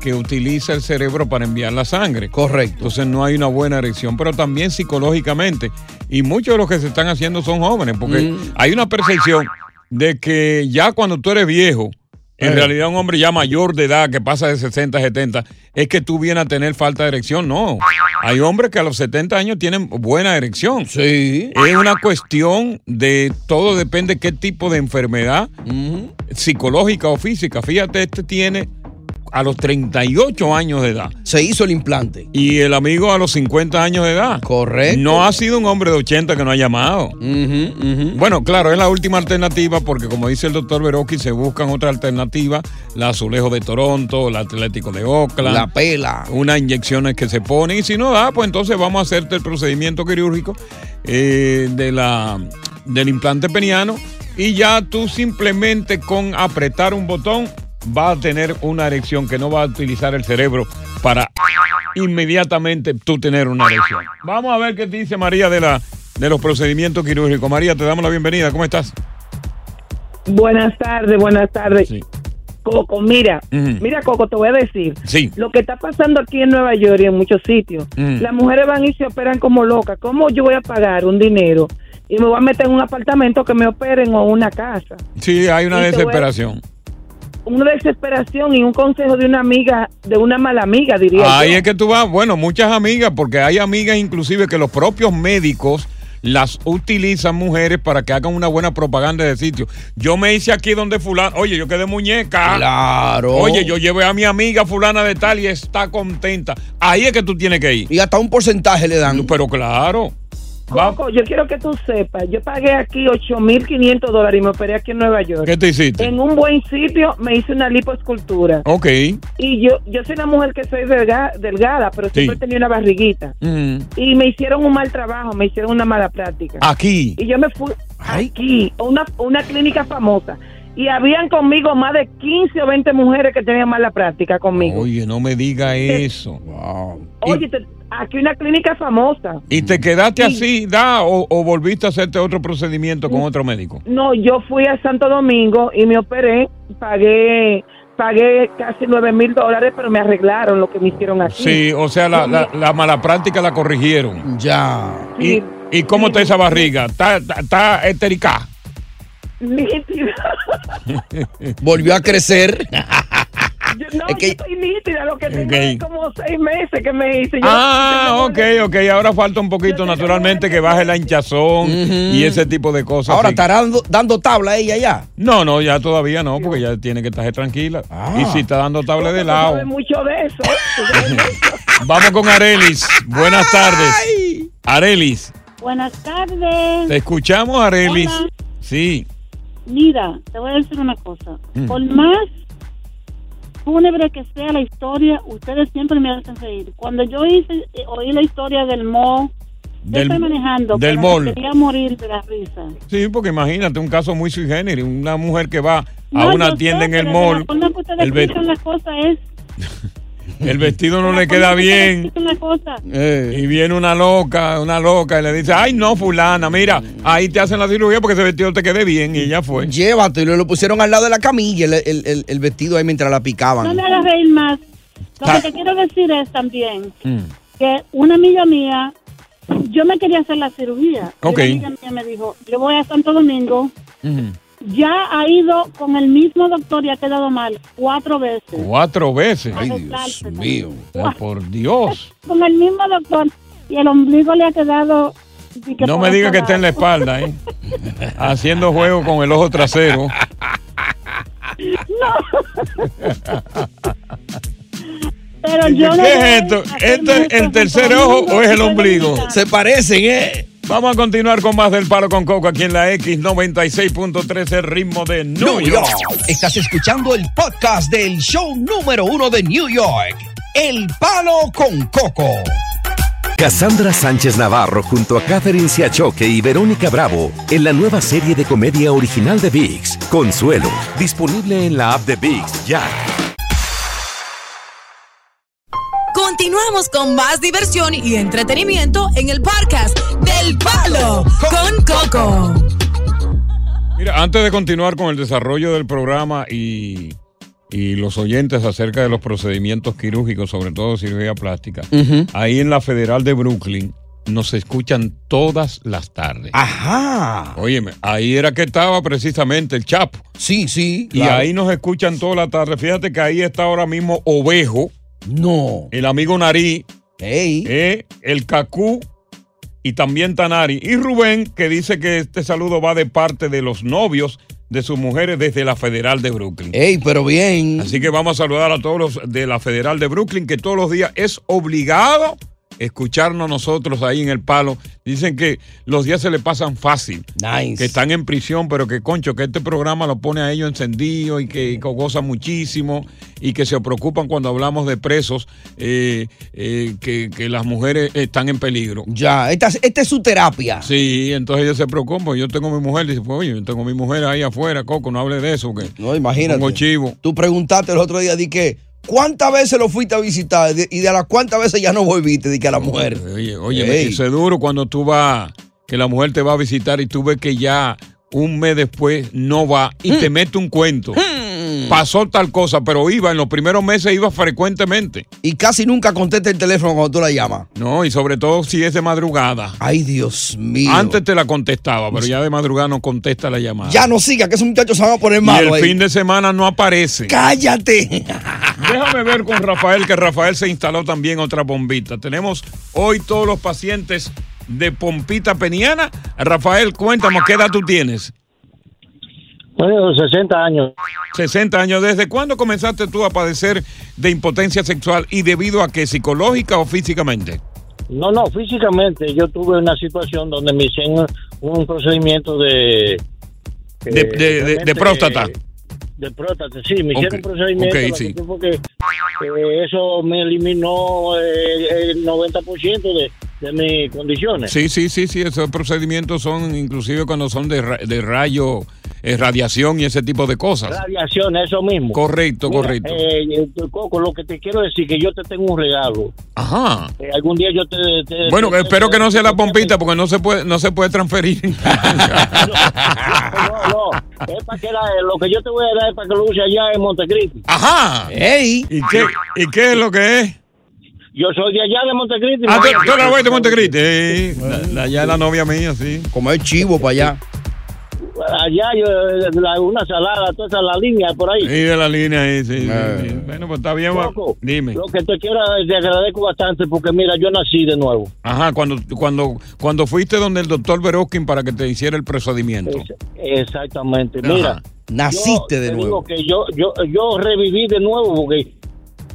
[SPEAKER 4] que utiliza el cerebro para enviar la sangre. Correcto. Entonces no hay una buena erección, pero también psicológicamente. Y muchos de los que se están haciendo son jóvenes, porque hay una percepción de que ya cuando tú eres viejo, en
[SPEAKER 12] Eh.
[SPEAKER 4] realidad un hombre ya mayor de edad, que pasa de 60 a 70, es que tú vienes a tener falta de erección. No. Hay hombres que a los 70 años tienen buena erección. Sí. Es una cuestión de todo depende qué tipo de enfermedad psicológica o física. Fíjate, este tiene a los 38 años de edad.
[SPEAKER 12] Se hizo el implante.
[SPEAKER 4] Y el amigo a los 50 años de edad.
[SPEAKER 12] Correcto.
[SPEAKER 4] No ha sido un hombre de 80 que no ha llamado. Bueno, claro, es la última alternativa porque como dice el doctor Veroski, se buscan otra alternativa. La Azulejo de Toronto, el Atlético de Oakland.
[SPEAKER 12] La pela.
[SPEAKER 4] Unas inyecciones que se ponen. Y si no da, pues entonces vamos a hacerte el procedimiento quirúrgico eh, de la, del implante peniano. Y ya tú simplemente con apretar un botón vas a tener una erección que no va a utilizar el cerebro para inmediatamente tú tener una erección. Vamos a ver qué dice María de la de los procedimientos quirúrgicos. María, te damos la bienvenida. ¿Cómo estás?
[SPEAKER 9] Buenas tardes, buenas tardes. Coco, mira,
[SPEAKER 4] Ujú.
[SPEAKER 9] mira Coco, te voy a decir,
[SPEAKER 4] Sí.
[SPEAKER 9] lo que está pasando aquí en Nueva York y en muchos sitios,
[SPEAKER 4] Mm.
[SPEAKER 9] las mujeres van y se operan como locas. ¿Cómo yo voy a pagar un dinero y me voy a meter en un apartamento que me operen o una casa?
[SPEAKER 4] Sí, hay una
[SPEAKER 9] Sí, te voy a-
[SPEAKER 4] desesperación.
[SPEAKER 9] Una desesperación y un consejo de una amiga, de una mala amiga, diría
[SPEAKER 4] Ahí
[SPEAKER 9] yo.
[SPEAKER 4] es que tú vas, bueno, muchas amigas, porque hay amigas inclusive que los propios médicos las utilizan mujeres para que hagan una buena propaganda de sitio. Yo me hice aquí donde fulano, oye, yo quedé muñeca.
[SPEAKER 12] Claro.
[SPEAKER 4] Oye, yo llevé a mi amiga fulana de tal y está contenta. Ahí es que tú tienes que ir.
[SPEAKER 12] Y hasta un porcentaje le dan.
[SPEAKER 4] Pero claro.
[SPEAKER 9] Coco, yo quiero que tú sepas, yo pagué aquí 8.500 dólares y me operé aquí en Nueva York.
[SPEAKER 4] ¿Qué te hiciste?
[SPEAKER 9] En un buen sitio me hice una lipoescultura.
[SPEAKER 4] Ok.
[SPEAKER 9] Y yo, yo soy una mujer que soy delga- delgada, pero siempre
[SPEAKER 4] Sí.
[SPEAKER 9] tenía una barriguita.
[SPEAKER 4] Mm.
[SPEAKER 9] Y me hicieron un mal trabajo, me hicieron una mala práctica.
[SPEAKER 4] Aquí.
[SPEAKER 9] Y yo me fui aquí, a una, a una clínica famosa. Y habían conmigo más de 15 o 20 mujeres que tenían mala práctica conmigo.
[SPEAKER 4] Oye, no me diga eso. Oh.
[SPEAKER 9] Oye, te- aquí una clínica famosa.
[SPEAKER 4] ¿Y te quedaste así, da, o, o volviste a hacerte otro procedimiento con otro médico?
[SPEAKER 9] No, yo fui a Santo Domingo y me operé, pagué pagué casi 9 mil dólares, pero me arreglaron lo que me hicieron aquí.
[SPEAKER 4] Sí, o sea, la, la, la mala práctica la corrigieron.
[SPEAKER 12] Ya.
[SPEAKER 4] ¿Y, y cómo está esa barriga? ¿Está, está, está estericá?
[SPEAKER 9] Nítida.
[SPEAKER 12] *laughs*
[SPEAKER 9] *laughs*
[SPEAKER 12] Volvió a crecer.
[SPEAKER 9] Yo, no, yo estoy nítida, lo que tengo es como seis meses que me hice. Yo-
[SPEAKER 4] Ah,
[SPEAKER 9] yo tengo-
[SPEAKER 4] ok, ok. Ahora falta un poquito, naturalmente, que baje la hinchazón y ese tipo de cosas.
[SPEAKER 12] Ahora
[SPEAKER 4] pues así.
[SPEAKER 12] estará dando, dando tabla ella ya.
[SPEAKER 4] No, no, ya todavía no, porque ya tiene que estar tranquila.
[SPEAKER 12] Ah.
[SPEAKER 4] Y si está dando tabla de
[SPEAKER 9] Tú sabes
[SPEAKER 4] lado.
[SPEAKER 9] mucho de eso. Tú sabes mucho.
[SPEAKER 4] Vamos con Arelis. Buenas tardes. Arelis,
[SPEAKER 18] Buenas tardes.
[SPEAKER 4] te escuchamos, Arelis.
[SPEAKER 18] Hola.
[SPEAKER 4] Sí.
[SPEAKER 18] Mira, te voy a decir una cosa.
[SPEAKER 4] Mm.
[SPEAKER 18] Por más fúnebre que sea la historia, ustedes siempre me hacen reír. Cuando yo hice, eh, oí la historia del mo, yo
[SPEAKER 4] Del-
[SPEAKER 18] estoy manejando,
[SPEAKER 4] del
[SPEAKER 18] pero
[SPEAKER 4] mall.
[SPEAKER 18] me quería morir de la risa.
[SPEAKER 4] Sí, porque imagínate un caso muy sui generis, una mujer que va a
[SPEAKER 18] No,
[SPEAKER 4] una
[SPEAKER 18] yo
[SPEAKER 4] tienda
[SPEAKER 18] sé,
[SPEAKER 4] en el
[SPEAKER 18] pero de la
[SPEAKER 4] mall,
[SPEAKER 18] forma que ustedes
[SPEAKER 4] el ve-
[SPEAKER 18] explican las cosas es
[SPEAKER 4] el vestido no le queda bien eh,
[SPEAKER 18] explican las cosas.
[SPEAKER 4] y viene una loca, una loca y le dice, ay no fulana, mira, ahí te hacen la cirugía porque ese vestido te quede bien y ella fue.
[SPEAKER 12] Llévatelo. Lo pusieron al lado de la camilla, el, el- el- el vestido ahí mientras la
[SPEAKER 18] No
[SPEAKER 12] picaban.
[SPEAKER 18] me hagas reír más. Lo
[SPEAKER 12] Ta-
[SPEAKER 18] que te quiero decir es también
[SPEAKER 4] Mm.
[SPEAKER 18] que una amiga mía, yo me quería hacer la cirugía. Y
[SPEAKER 4] Ok.
[SPEAKER 18] Una amiga mía me dijo, yo voy a Santo Domingo,
[SPEAKER 4] Ujú.
[SPEAKER 18] ya ha ido con el mismo doctor y ha quedado mal cuatro veces.
[SPEAKER 4] Cuatro veces.
[SPEAKER 18] Ay, Dios
[SPEAKER 4] mío. por Dios.
[SPEAKER 18] Con el mismo doctor y el ombligo le ha quedado... y que
[SPEAKER 4] No
[SPEAKER 18] por
[SPEAKER 4] me
[SPEAKER 18] otro
[SPEAKER 4] diga que
[SPEAKER 18] lado.
[SPEAKER 4] está
[SPEAKER 18] *laughs*
[SPEAKER 4] en la espalda, ¿eh? Haciendo juego con el ojo trasero. *laughs*
[SPEAKER 18] Pero yo no
[SPEAKER 4] ¿Qué
[SPEAKER 18] voy
[SPEAKER 4] es esto?
[SPEAKER 18] a hacer
[SPEAKER 4] ¿Este es el
[SPEAKER 18] mucho
[SPEAKER 4] tercer
[SPEAKER 18] con
[SPEAKER 4] ojo
[SPEAKER 18] todo el
[SPEAKER 4] o es el
[SPEAKER 18] mundo.
[SPEAKER 4] ombligo? Se parecen, ¿eh? Vamos a continuar con más del Palo con Coco aquí en la X96.3, el ritmo de New York.
[SPEAKER 2] Estás escuchando el podcast del show número uno de New York, El Palo con Coco.
[SPEAKER 14] Cassandra Sánchez Navarro junto a Catherine Siachoque y Verónica Bravo en la nueva serie de comedia original de VIX, Consuelo, disponible en la app de VIX ya.
[SPEAKER 3] Continuamos con más diversión y entretenimiento en el podcast del Palo con Coco.
[SPEAKER 4] Mira, antes de continuar con el desarrollo del programa y, y los oyentes acerca de los procedimientos quirúrgicos, sobre todo cirugía plástica,
[SPEAKER 12] Ujú.
[SPEAKER 4] ahí en la Federal de Brooklyn nos escuchan todas las tardes.
[SPEAKER 12] Ajá.
[SPEAKER 4] Óyeme, ahí era que estaba precisamente el Chapo.
[SPEAKER 12] Sí, sí.
[SPEAKER 4] Y
[SPEAKER 12] claro.
[SPEAKER 4] ahí nos escuchan toda la tarde. Fíjate que ahí está ahora mismo Ovejo.
[SPEAKER 12] No.
[SPEAKER 4] El amigo Narí. eh, el Cacú. Y también Tanari. Y Rubén, que dice que este saludo va de parte de los novios de sus mujeres desde la Federal de Brooklyn.
[SPEAKER 12] Ey, pero bien.
[SPEAKER 4] Así que vamos a saludar a todos los de la Federal de Brooklyn, que todos los días es obligado escucharnos nosotros ahí en el palo. Dicen que los días se le pasan fácil.
[SPEAKER 12] Nice.
[SPEAKER 4] Que están en prisión, pero que concho, que este programa lo pone a ellos encendido y que gozan muchísimo y que se preocupan cuando hablamos de presos, eh, eh, que, que las mujeres están en peligro.
[SPEAKER 12] Ya, esta, es- esta es su terapia.
[SPEAKER 4] Sí, entonces ellos se preocupan. Yo tengo mi mujer, dice, pues, oye, yo tengo mi mujer ahí afuera, Coco, no hable de eso. Que
[SPEAKER 12] No, imagínate.
[SPEAKER 4] Pongo chivo.
[SPEAKER 12] Tú preguntaste el otro día, di que, ¿cuántas veces lo fuiste a visitar? De- Y de las cuántas veces ya no volviste, di que a la mujer.
[SPEAKER 4] Oye, oye,
[SPEAKER 12] Ey.
[SPEAKER 4] eso es duro cuando tú vas, que la mujer te va a visitar y tú ves que ya un mes después no va y
[SPEAKER 12] Mm.
[SPEAKER 4] te mete un cuento.
[SPEAKER 19] Mm.
[SPEAKER 4] Pasó tal cosa, pero iba, en los primeros meses iba frecuentemente.
[SPEAKER 12] Y casi nunca contesta el teléfono cuando tú la llamas.
[SPEAKER 4] No, y sobre todo si es de madrugada.
[SPEAKER 12] Ay, Dios mío.
[SPEAKER 4] Antes te la contestaba, pero ya de madrugada no contesta la llamada.
[SPEAKER 12] Ya no siga, que esos muchachos se van a poner
[SPEAKER 4] y
[SPEAKER 12] malos.
[SPEAKER 4] el
[SPEAKER 12] ahí.
[SPEAKER 4] fin de semana no aparece.
[SPEAKER 12] ¡Cállate! *laughs*
[SPEAKER 4] Déjame ver con Rafael, que Rafael se instaló también otra bombita. Tenemos hoy todos los pacientes de Pompita Peniana. Rafael, cuéntanos, ¿qué edad tú tienes?
[SPEAKER 20] Bueno, 60 años.
[SPEAKER 4] 60 años. ¿Desde cuándo comenzaste tú a padecer de impotencia sexual y debido a qué, psicológica o físicamente?
[SPEAKER 20] No, no, físicamente yo tuve una situación donde me hicieron un procedimiento de...
[SPEAKER 4] De, de- de- de
[SPEAKER 20] realmente,
[SPEAKER 4] próstata.
[SPEAKER 20] De próstata, sí, me hicieron
[SPEAKER 4] Ok,
[SPEAKER 20] un procedimiento.
[SPEAKER 4] ok,
[SPEAKER 20] lo que
[SPEAKER 4] sí.
[SPEAKER 20] fue porque, eh, eso me eliminó eh, el 90% de, de mis condiciones.
[SPEAKER 4] Sí, sí, sí, sí. Esos procedimientos son inclusive cuando son de, ra- de rayo, eh, radiación y ese tipo de cosas.
[SPEAKER 20] Radiación, eso mismo.
[SPEAKER 4] Correcto,
[SPEAKER 20] Mira,
[SPEAKER 4] correcto.
[SPEAKER 20] eh, eh, Coco, lo que te quiero decir que yo te tengo un regalo.
[SPEAKER 4] Ajá.
[SPEAKER 20] Eh, algún día yo te... te-
[SPEAKER 4] Bueno,
[SPEAKER 20] te-
[SPEAKER 4] eh, espero
[SPEAKER 20] te-
[SPEAKER 4] que no sea la pompita porque no se puede, no se puede transferir. *laughs*
[SPEAKER 20] No, es para que la- eh, lo que yo te voy a dar es para que lo use allá en Montecristi.
[SPEAKER 4] Ajá. ¿Y, qué, ¿Y qué es lo que es?
[SPEAKER 20] Yo soy de allá de Montecristi.
[SPEAKER 4] Ah, tú,
[SPEAKER 20] mujer.
[SPEAKER 4] tú eres güey de Montecristi. Eh, la- la- Allá es la novia mía, sí.
[SPEAKER 12] Como es chivo para allá.
[SPEAKER 20] Allá yo, eh, la- una salada, toda esa la línea por ahí.
[SPEAKER 4] Sí, de la línea ahí, sí. sí, sí.
[SPEAKER 12] Eh.
[SPEAKER 4] Bueno, pues está bien. va-
[SPEAKER 20] Coco,
[SPEAKER 4] Dime.
[SPEAKER 20] Lo que te quiero te agradezco bastante porque mira, yo nací de nuevo.
[SPEAKER 4] Ajá, cuando, cuando, cuando fuiste donde el doctor Beroskin para que te hiciera el procedimiento.
[SPEAKER 20] Exactamente. Mira,
[SPEAKER 4] Ajá.
[SPEAKER 12] Naciste
[SPEAKER 20] yo
[SPEAKER 12] de
[SPEAKER 20] te
[SPEAKER 12] nuevo.
[SPEAKER 20] digo que yo, yo, yo reviví de nuevo porque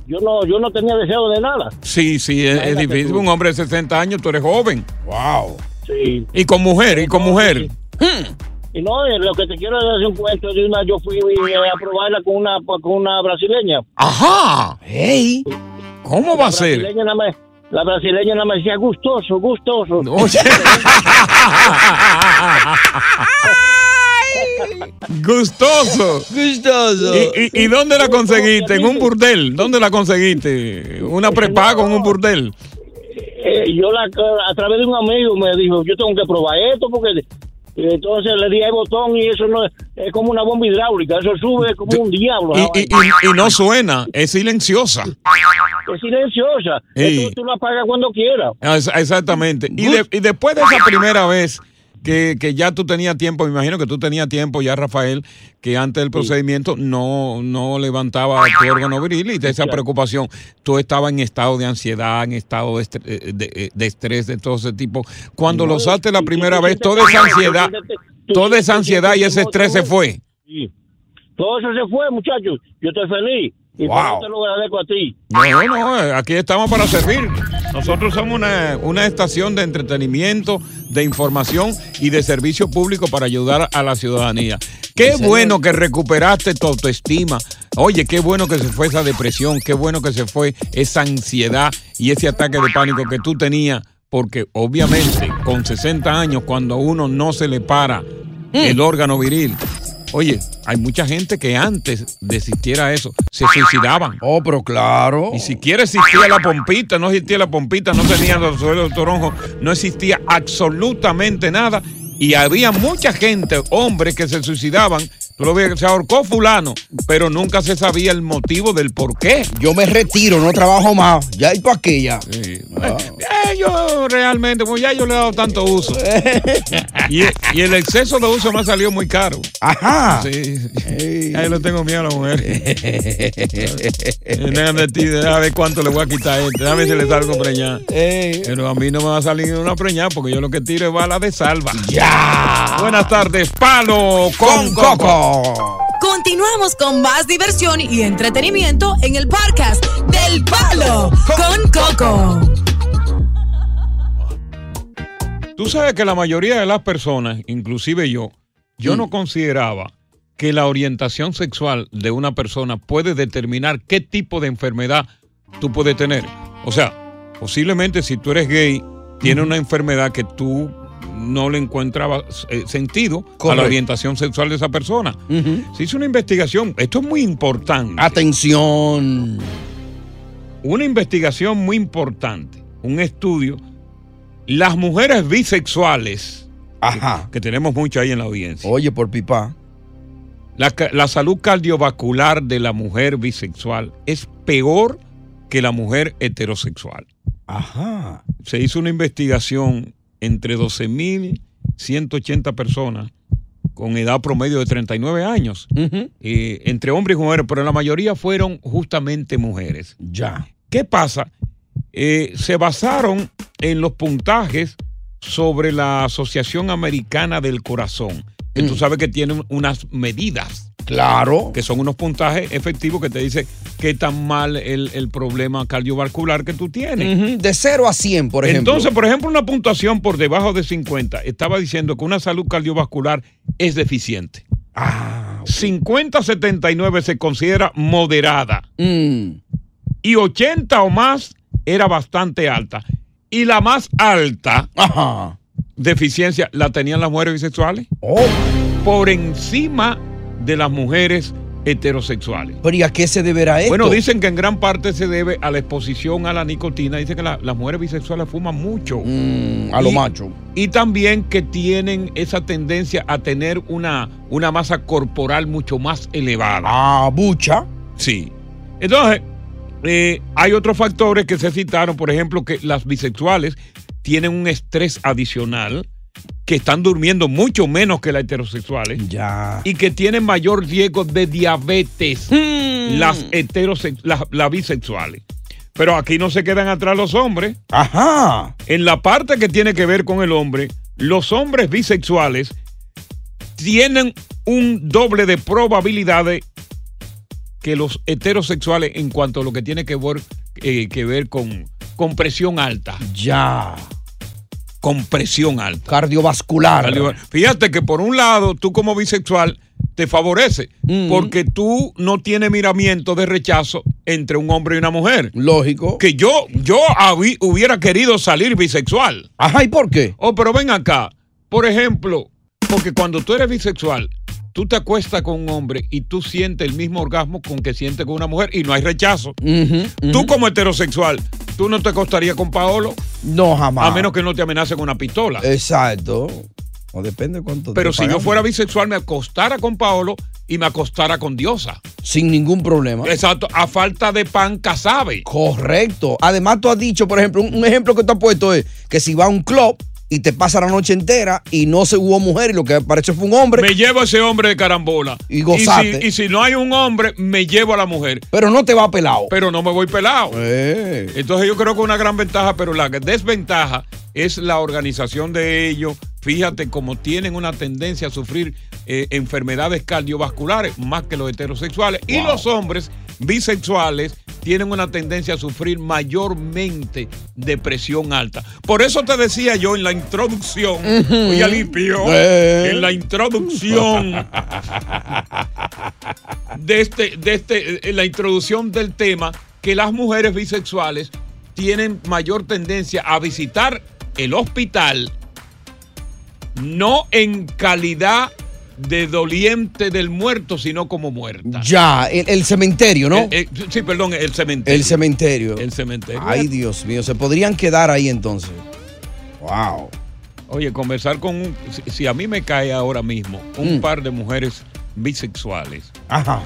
[SPEAKER 20] yo no, yo no tenía deseo de nada.
[SPEAKER 4] Sí, sí, es, es
[SPEAKER 20] Imagínate
[SPEAKER 4] difícil.
[SPEAKER 20] tú.
[SPEAKER 4] Un hombre de 60 años, tú eres joven.
[SPEAKER 12] Wow.
[SPEAKER 20] Sí.
[SPEAKER 4] Y con mujer, y con mujer. Hmm.
[SPEAKER 20] Y no, eh, lo que te quiero es un cuento de una, yo fui eh, a probarla con una, con una brasileña.
[SPEAKER 4] Ajá. Ey. ¿Cómo va a ser?
[SPEAKER 20] brasileña nada más- la brasileña nada más decía gustoso, gustoso. *laughs*
[SPEAKER 4] Gustoso.
[SPEAKER 12] Gustoso.
[SPEAKER 4] ¿Y, y, y dónde la conseguiste? ¿En un burdel? ¿Dónde la conseguiste? ¿Una prepago en un burdel?
[SPEAKER 20] Eh, yo la, a través de un amigo me dijo, yo tengo que probar esto porque y entonces le di al botón y eso no es, es como una bomba hidráulica, eso sube como un diablo.
[SPEAKER 4] Y,
[SPEAKER 20] esa
[SPEAKER 4] y-
[SPEAKER 20] vaina.
[SPEAKER 4] y- y no suena, es silenciosa.
[SPEAKER 20] es silenciosa,
[SPEAKER 4] Ey.
[SPEAKER 20] eso tú la apagas cuando quieras.
[SPEAKER 4] Ah, es- Exactamente. Y, de- y después de esa primera vez que, que ya tú tenías tiempo, me imagino que tú tenías tiempo ya, Rafael, que antes del procedimiento no, no levantaba tu órgano viril y de esa preocupación, tú estabas en estado de ansiedad, en estado de, estre- eh, de- eh, de estrés, de todo ese tipo. Cuando lo usaste la primera vez, toda esa ansiedad, toda esa ansiedad y ese estrés se fue.
[SPEAKER 20] Sí. Todo eso se fue, muchachos. Yo estoy feliz. Y
[SPEAKER 4] Wow.
[SPEAKER 20] por eso te lo agradezco a ti.
[SPEAKER 4] No, no, eh, aquí estamos para servir. Nosotros somos una, una estación de entretenimiento, de información y de servicio público para ayudar a la ciudadanía. Qué bueno que recuperaste tu autoestima. Oye, qué bueno que se fue esa depresión, qué bueno que se fue esa ansiedad y ese ataque de pánico que tú tenías, porque obviamente con 60 años, cuando a uno no se le para el órgano viril, Oye, hay mucha gente que antes desistiera eso, se suicidaban.
[SPEAKER 12] Oh, pero claro.
[SPEAKER 4] Ni siquiera existía la pompita, no existía la pompita, no tenía los suelos de toronjo, no existía absolutamente nada. Y había mucha gente, hombres que se suicidaban. Tú lo ves, se ahorcó fulano, pero nunca se sabía el motivo del por qué.
[SPEAKER 12] Yo me retiro, no trabajo más. Ya y para qué ya.
[SPEAKER 4] Eh, yo realmente, pues ya yo le he dado tanto
[SPEAKER 12] *laughs*
[SPEAKER 4] uso. y, y el exceso de uso me ha salido muy caro.
[SPEAKER 12] Ajá.
[SPEAKER 4] Sí. Ahí lo tengo miedo a la mujer. Déjame ti, déjame ver cuánto le voy a quitar a este. Déjame ver si le salgo preñada. Pero a mí no me va a salir una preñada porque yo lo que tiro es bala de salva. ¡Ya! Buenas tardes, palo con, coco.
[SPEAKER 3] Continuamos con más diversión y entretenimiento en el podcast del Palo con Coco.
[SPEAKER 4] Tú sabes que la mayoría de las personas, inclusive yo, yo no consideraba que la orientación sexual de una persona puede determinar qué tipo de enfermedad tú puedes tener. O sea, posiblemente si tú eres gay, tienes una enfermedad que tú no le encontrabas eh, sentido a
[SPEAKER 12] Correcto.
[SPEAKER 4] la orientación sexual de esa persona. Se hizo una investigación, esto es muy importante.
[SPEAKER 12] Atención.
[SPEAKER 4] Una investigación muy importante, un estudio. Las mujeres bisexuales,
[SPEAKER 12] Ajá.
[SPEAKER 4] que tenemos mucho ahí en la audiencia.
[SPEAKER 12] Oye, por pipa.
[SPEAKER 4] La, ca- la salud cardiovascular de la mujer bisexual es peor que la mujer heterosexual.
[SPEAKER 12] Ajá.
[SPEAKER 4] Se hizo una investigación entre 12.180 personas con edad promedio de 39 años, eh, entre hombres y mujeres, pero la mayoría fueron justamente mujeres.
[SPEAKER 12] Ya.
[SPEAKER 4] ¿Qué pasa? Eh, se basaron en los puntajes sobre la Asociación Americana del Corazón, que tú sabes que tienen unas medidas.
[SPEAKER 12] Mm. Claro.
[SPEAKER 4] Que son unos puntajes efectivos que te dicen qué tan mal el, el problema cardiovascular que tú tienes.
[SPEAKER 12] Ujú, De 0 a 100, por ejemplo.
[SPEAKER 4] Entonces, por ejemplo, una puntuación por debajo de 50 estaba diciendo que una salud cardiovascular es deficiente.
[SPEAKER 12] Ah,
[SPEAKER 4] 50-79 se considera moderada.
[SPEAKER 12] Mm.
[SPEAKER 4] Y 80 o más era bastante alta. Y la más alta deficiencia la tenían las mujeres bisexuales.
[SPEAKER 12] Oh.
[SPEAKER 4] Por encima de las mujeres heterosexuales.
[SPEAKER 12] Pero ¿y a qué se deberá esto?
[SPEAKER 4] Bueno, dicen que en gran parte se debe a la exposición a la nicotina. Dicen que la- las mujeres bisexuales fuman mucho.
[SPEAKER 12] Mm, a lo
[SPEAKER 4] Y-
[SPEAKER 12] macho.
[SPEAKER 4] Y también que tienen esa tendencia a tener una, una masa corporal mucho más elevada.
[SPEAKER 12] Ah, bucha.
[SPEAKER 4] Sí. Entonces, eh, hay otros factores que se citaron, por ejemplo, que las bisexuales tienen un estrés adicional, que están durmiendo mucho menos que las heterosexuales.
[SPEAKER 12] Ya.
[SPEAKER 4] Y que tienen mayor riesgo de diabetes las heterosex- las- las bisexuales. Pero aquí no se quedan atrás los hombres.
[SPEAKER 12] Ajá.
[SPEAKER 4] En la parte que tiene que ver con el hombre, los hombres bisexuales tienen un doble de probabilidades que los heterosexuales en cuanto a lo que tiene que ver, eh, que ver con, con presión alta.
[SPEAKER 12] Ya.
[SPEAKER 4] Con presión alta.
[SPEAKER 12] Cardiovascular.
[SPEAKER 4] Cardiova- Fíjate que por un lado, tú como bisexual te favorece porque tú no tienes miramiento de rechazo entre un hombre y una mujer.
[SPEAKER 12] Lógico.
[SPEAKER 4] Que yo, yo habí- hubiera querido salir bisexual.
[SPEAKER 12] Ajá, ¿y por qué?
[SPEAKER 4] Oh, pero ven acá. Por ejemplo, porque cuando tú eres bisexual, tú te acuestas con un hombre y tú sientes el mismo orgasmo con que sientes con una mujer y no hay rechazo. Tú como heterosexual, tú no te acostarías con Paolo
[SPEAKER 12] No, jamás.
[SPEAKER 4] a menos que no te amenace con una pistola.
[SPEAKER 12] Exacto. O depende cuánto.
[SPEAKER 4] Pero
[SPEAKER 12] te
[SPEAKER 4] si yo
[SPEAKER 12] pagamos.
[SPEAKER 4] fuera bisexual, me acostara con Paolo y me acostara con Diosa.
[SPEAKER 12] Sin ningún problema.
[SPEAKER 4] Exacto, a falta de pan, casabe.
[SPEAKER 12] Correcto. Además, tú has dicho, por ejemplo, un, un ejemplo que tú has puesto es que si va a un club y te pasa la noche entera y no se hubo mujer y lo que apareció fue un hombre.
[SPEAKER 4] Me llevo a ese hombre de carambola.
[SPEAKER 12] Y gozate.
[SPEAKER 4] si, y si no hay un hombre, me llevo a la mujer.
[SPEAKER 12] Pero no te va pelado. Eh.
[SPEAKER 4] Pero no me voy pelado. Entonces yo creo que una gran ventaja, pero la desventaja es la organización de ellos, fíjate cómo tienen una tendencia a sufrir eh, enfermedades cardiovasculares más que los heterosexuales. Y los hombres bisexuales tienen una tendencia a sufrir mayormente depresión alta. Por eso te decía yo en la introducción,
[SPEAKER 1] Ujú.
[SPEAKER 4] oye, limpio,
[SPEAKER 1] Eh.
[SPEAKER 4] en la introducción de este, de este, eh, la introducción del tema, que las mujeres bisexuales tienen mayor tendencia a visitar el hospital no en calidad de doliente del muerto, sino como muerta.
[SPEAKER 12] Ya, el, el cementerio, ¿no?
[SPEAKER 4] El- el- sí, perdón, el cementerio.
[SPEAKER 12] El cementerio.
[SPEAKER 4] El cementerio.
[SPEAKER 12] Ay, Dios mío, se podrían quedar ahí entonces. Wow.
[SPEAKER 4] Oye, conversar con un. Si, si a mí me cae ahora mismo
[SPEAKER 12] Mm.
[SPEAKER 4] un par de mujeres bisexuales,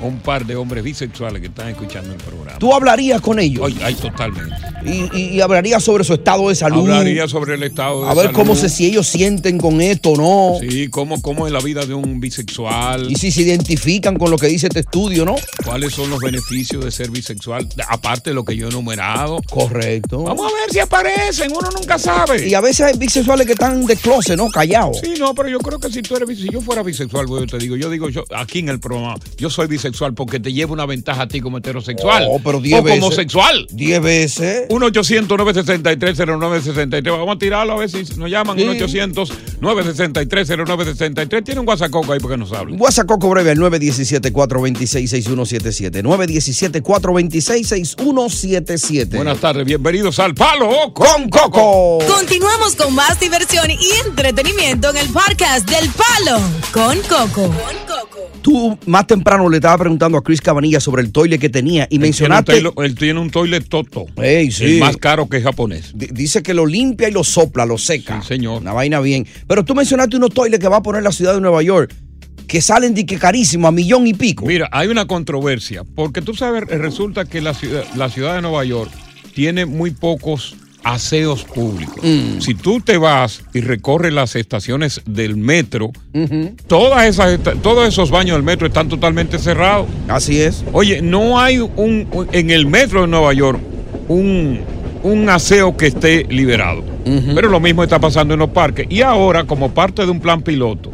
[SPEAKER 4] un par de hombres bisexuales que están escuchando el programa.
[SPEAKER 12] ¿Tú hablarías con ellos?
[SPEAKER 4] Ay, ay, totalmente.
[SPEAKER 12] Y, y- y hablarías sobre su estado de salud.
[SPEAKER 4] Hablaría sobre el estado de
[SPEAKER 12] a ver cómo
[SPEAKER 4] salud.
[SPEAKER 12] se, si ellos sienten con esto o no.
[SPEAKER 4] Sí, cómo, cómo es la vida de un bisexual.
[SPEAKER 12] Y si se identifican con lo que dice este estudio, ¿no?
[SPEAKER 4] ¿Cuáles son los beneficios de ser bisexual? Aparte de lo que yo he enumerado.
[SPEAKER 12] Correcto.
[SPEAKER 4] Vamos a ver si aparecen, uno nunca sabe.
[SPEAKER 12] Y a veces hay bisexuales que están de closet, ¿no? Callados.
[SPEAKER 4] Sí, no, pero yo creo que si tú eres bisexual, si yo fuera bisexual, güey, yo te digo, yo digo yo aquí en el programa, yo soy bisexual porque te llevo una ventaja a ti como heterosexual.
[SPEAKER 12] Oh, pero diez
[SPEAKER 4] o
[SPEAKER 12] veces.
[SPEAKER 4] como sexual.
[SPEAKER 12] 10 veces.
[SPEAKER 4] 1 800 963 0963 Vamos a tirarlo a ver si nos llaman.
[SPEAKER 12] Sí.
[SPEAKER 4] 1 800 963 0963 Tiene un WhatsApp ahí porque nos habla.
[SPEAKER 12] WhatsApp Coco Breve al 917-426-6177. 917-426-6177.
[SPEAKER 4] Buenas tardes, bienvenidos al Palo
[SPEAKER 12] con Coco.
[SPEAKER 3] Continuamos con más diversión y entretenimiento en el podcast del Palo con Coco.
[SPEAKER 12] Tú más temprano le estaba preguntando a Chris Cabanilla sobre el toile que tenía y mencionaste.
[SPEAKER 4] Tiene un toile- él tiene un toilet toto.
[SPEAKER 12] Ey, sí.
[SPEAKER 4] El más caro que es japonés.
[SPEAKER 12] Di- Dice que lo limpia y lo sopla, lo seca. señor. Una vaina bien. Pero tú mencionaste unos toiles que va a poner la ciudad de Nueva York que salen de que carísimo, a millón y pico.
[SPEAKER 4] Mira, hay una controversia, porque tú sabes, resulta que la ciudad, la ciudad de Nueva York tiene muy pocos aseos públicos.
[SPEAKER 12] Mm.
[SPEAKER 4] Si tú te vas y recorres las estaciones del metro, todas esas, esta- todos esos baños del metro están totalmente cerrados.
[SPEAKER 12] Así es.
[SPEAKER 4] Oye, no hay un, un- en el metro de Nueva York un, un aseo que esté liberado. Pero lo mismo está pasando en los parques. Y ahora, como parte de un plan piloto,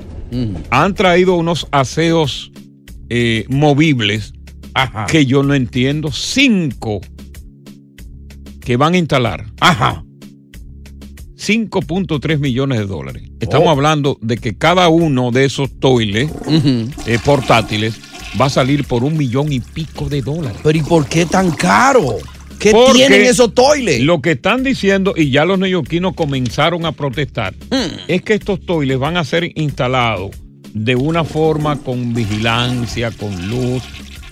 [SPEAKER 4] han traído unos aseos eh, movibles que yo no entiendo. Cinco que van a instalar.
[SPEAKER 12] Ajá.
[SPEAKER 4] 5.3 millones de dólares. Estamos
[SPEAKER 12] Oh.
[SPEAKER 4] hablando de que cada uno de esos toiles eh, portátiles va a salir por un millón y pico de dólares.
[SPEAKER 12] Pero ¿y por qué tan caro? ¿Qué
[SPEAKER 4] Porque
[SPEAKER 12] tienen esos toiles?
[SPEAKER 4] Lo que están diciendo, y ya los neoyorquinos comenzaron a protestar,
[SPEAKER 12] Mm.
[SPEAKER 4] es que estos toiles van a ser instalados de una forma con vigilancia, con luz.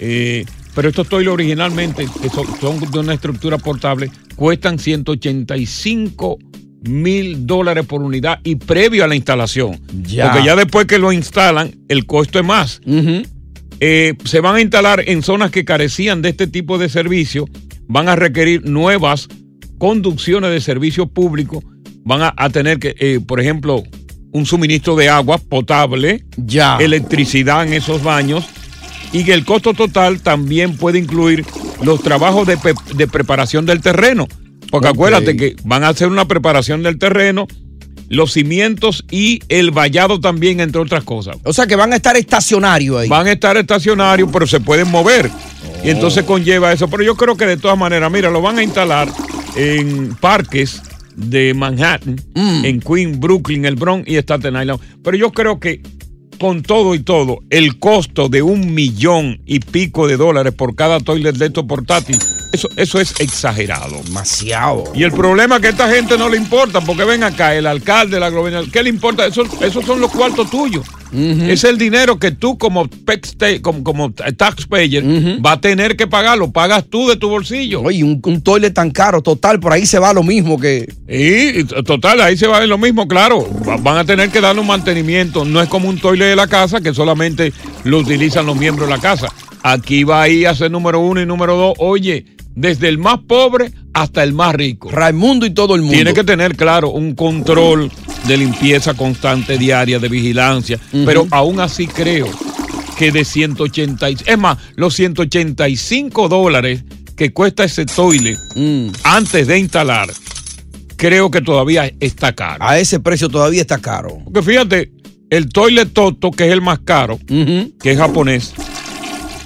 [SPEAKER 4] eh, pero estos toiles originalmente, que son, son de una estructura portable, cuestan 185 mil dólares por unidad y previo a la instalación.
[SPEAKER 1] Ya.
[SPEAKER 4] Porque ya después que lo instalan, el costo es más. Eh, se van a instalar en zonas que carecían de este tipo de servicio, van a requerir nuevas conducciones de servicio público, van a, a tener que, eh, por ejemplo, un suministro de agua potable,
[SPEAKER 12] ya.
[SPEAKER 4] electricidad en esos baños, y que el costo total también puede incluir los trabajos de, pe- de preparación del terreno, porque
[SPEAKER 1] Ok.
[SPEAKER 4] acuérdate que van a hacer una preparación del terreno, los cimientos y el vallado también, entre otras cosas.
[SPEAKER 12] O sea que van a estar estacionarios ahí. Oh.
[SPEAKER 4] Van a estar estacionarios, pero se pueden mover. Y entonces conlleva eso. Pero yo creo que de todas maneras, mira, lo van a instalar en parques de Manhattan,
[SPEAKER 12] Mm.
[SPEAKER 4] en Queens, Brooklyn, el Bronx y Staten Island. Pero yo creo que con todo y todo, el costo de un millón y pico de dólares por cada toilet de estos portátiles, eso, eso es exagerado.
[SPEAKER 12] Demasiado.
[SPEAKER 4] Y el problema es que a esta gente no le importa, porque ven acá, el alcalde, la gobernadora, ¿qué le importa? Eso- Esos son los cuartos tuyos. Es el dinero que tú como, pexte- como, como taxpayer va a tener que pagar, lo pagas tú de tu bolsillo.
[SPEAKER 12] Oye, un, un toile tan caro, total, por ahí se va lo mismo que.
[SPEAKER 4] Y t- total, ahí se va a ver lo mismo, claro. Va- Van a tener que darle un mantenimiento. No es como un toile de la casa que solamente lo utilizan los miembros de la casa. Aquí va ahí a ser número uno y número dos. Oye, desde el más pobre hasta el más rico.
[SPEAKER 12] Raimundo y todo el mundo.
[SPEAKER 4] Tiene que tener, claro, un control de limpieza constante diaria, de vigilancia. Pero aún así creo que de 180, y- es más, los
[SPEAKER 12] Mm.
[SPEAKER 4] 185 dólares que cuesta ese toile antes de instalar, creo que todavía está caro.
[SPEAKER 12] A ese precio todavía está caro.
[SPEAKER 4] Porque fíjate, el Toilet Toto, que es el más caro, que es japonés,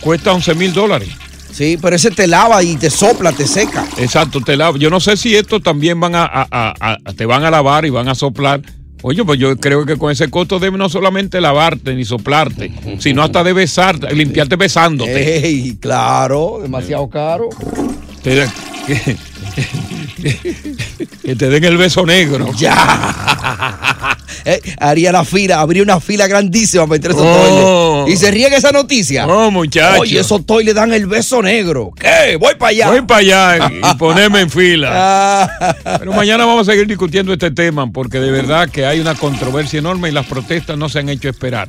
[SPEAKER 4] cuesta 11 mil dólares.
[SPEAKER 12] Sí, pero ese te lava y te sopla, te seca.
[SPEAKER 4] Exacto, te lava. Yo no sé si estos también van a, a- a- a- te van a lavar y van a soplar. Oye, pues yo creo que con ese costo debe no solamente lavarte ni soplarte, sino hasta de besarte, limpiarte besándote.
[SPEAKER 12] Ey, claro, demasiado caro. *laughs*
[SPEAKER 4] Te- que, *laughs* que te den el beso negro.
[SPEAKER 12] Ya. Eh, haría la fila, habría una fila grandísima para entrar a esos
[SPEAKER 4] Oh.
[SPEAKER 12] toiles. Y se riega esa noticia.
[SPEAKER 4] No, muchacho.
[SPEAKER 12] Oye, esos toiles dan el beso negro. ¿Qué? Voy para allá.
[SPEAKER 4] Voy para allá y- y ponerme en fila.
[SPEAKER 12] Ah.
[SPEAKER 4] Pero mañana vamos a seguir discutiendo este tema porque de verdad que hay una controversia enorme y las protestas no se han hecho esperar.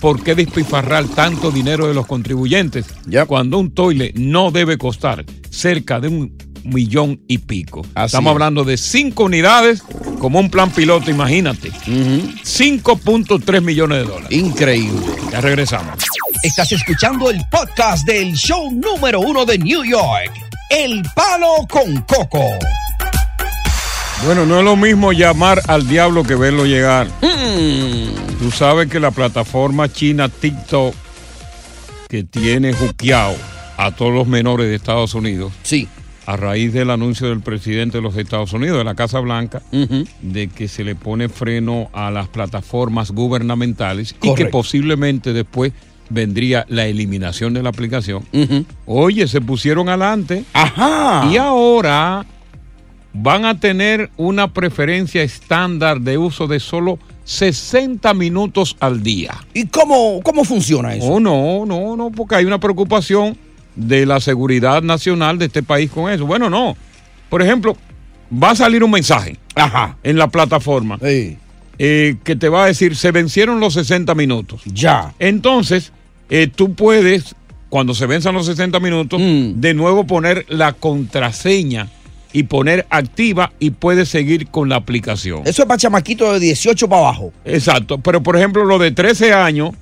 [SPEAKER 4] ¿Por qué despifarrar tanto dinero de los contribuyentes cuando un toile no debe costar cerca de un millón y pico? Estamos
[SPEAKER 12] es.
[SPEAKER 4] hablando de cinco unidades como un plan piloto, imagínate. 5.3 millones de dólares.
[SPEAKER 12] Increíble.
[SPEAKER 4] Ya regresamos.
[SPEAKER 2] Estás escuchando el podcast del show número uno de New York, El Palo con Coco.
[SPEAKER 4] Bueno, no es lo mismo llamar al diablo que verlo llegar. Tú sabes que la plataforma china TikTok, que tiene juqueado a todos los menores de Estados Unidos,
[SPEAKER 12] sí.
[SPEAKER 4] a raíz del anuncio del presidente de los Estados Unidos, de la Casa Blanca, de que se le pone freno a las plataformas gubernamentales y que
[SPEAKER 12] Correcto.
[SPEAKER 4] posiblemente después vendría la eliminación de la aplicación. Oye, se pusieron adelante. Ajá. Y ahora van a tener una preferencia estándar de uso de solo 60 minutos al día.
[SPEAKER 12] ¿Y cómo, cómo funciona eso?
[SPEAKER 4] Oh, no, no, no, porque hay una preocupación de la seguridad nacional de este país con eso. Bueno, no. Por ejemplo, va a salir un mensaje en la plataforma eh, que te va a decir, se vencieron los 60 minutos.
[SPEAKER 12] Ya.
[SPEAKER 4] Entonces, eh, tú puedes, cuando se venzan los 60 minutos, de nuevo poner la contraseña y poner activa y puedes seguir con la aplicación.
[SPEAKER 12] Eso es para chamaquito de 18 para abajo.
[SPEAKER 4] Exacto, pero por ejemplo lo de 13 años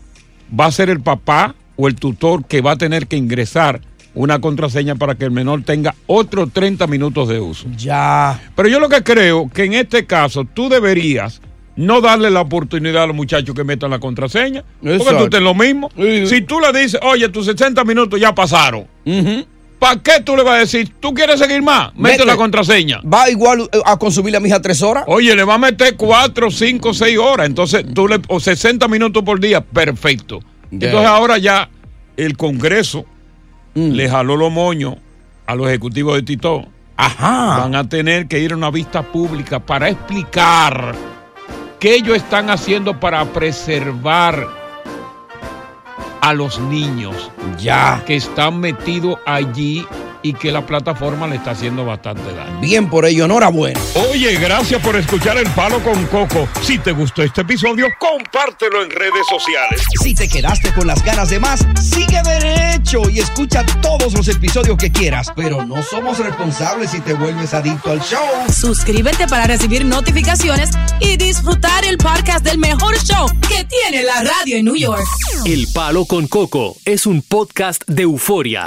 [SPEAKER 4] va a ser el papá o el tutor que va a tener que ingresar una contraseña para que el menor tenga otros 30 minutos de uso.
[SPEAKER 12] Ya.
[SPEAKER 4] Pero yo lo que creo que en este caso tú deberías no darle la oportunidad a los muchachos que metan la contraseña, porque
[SPEAKER 12] Exacto.
[SPEAKER 4] tú tenés lo mismo. Si tú le dices, oye, tus 60 minutos ya pasaron, ¿para qué tú le vas a decir, tú quieres seguir más? Mete,
[SPEAKER 12] Mete.
[SPEAKER 4] la contraseña.
[SPEAKER 12] ¿Va igual eh, a consumir la mija tres horas?
[SPEAKER 4] Oye, le va a meter 4, 5, 6 horas. Entonces, tú le. O 60 minutos por día. Perfecto.
[SPEAKER 12] Ya.
[SPEAKER 4] Entonces, ahora ya el Congreso
[SPEAKER 12] Mm.
[SPEAKER 4] le jaló los moños a los ejecutivos de Tito.
[SPEAKER 12] Ajá.
[SPEAKER 4] Van a tener que ir a una vista pública para explicar qué ellos están haciendo para preservar a los niños
[SPEAKER 12] Ya.
[SPEAKER 4] que están metidos allí y que la plataforma le está haciendo bastante daño.
[SPEAKER 12] Bien por ello, enhorabuena.
[SPEAKER 4] Oye, gracias por escuchar El Palo con Coco. Si te gustó este episodio, compártelo en redes sociales.
[SPEAKER 2] Si te quedaste con las ganas de más, sigue derecho y escucha todos los episodios que quieras, pero no somos responsables si te vuelves adicto al show.
[SPEAKER 3] Suscríbete para recibir notificaciones y disfrutar el podcast del mejor show que tiene la radio en New York.
[SPEAKER 21] El Palo con Coco es un podcast de euforia.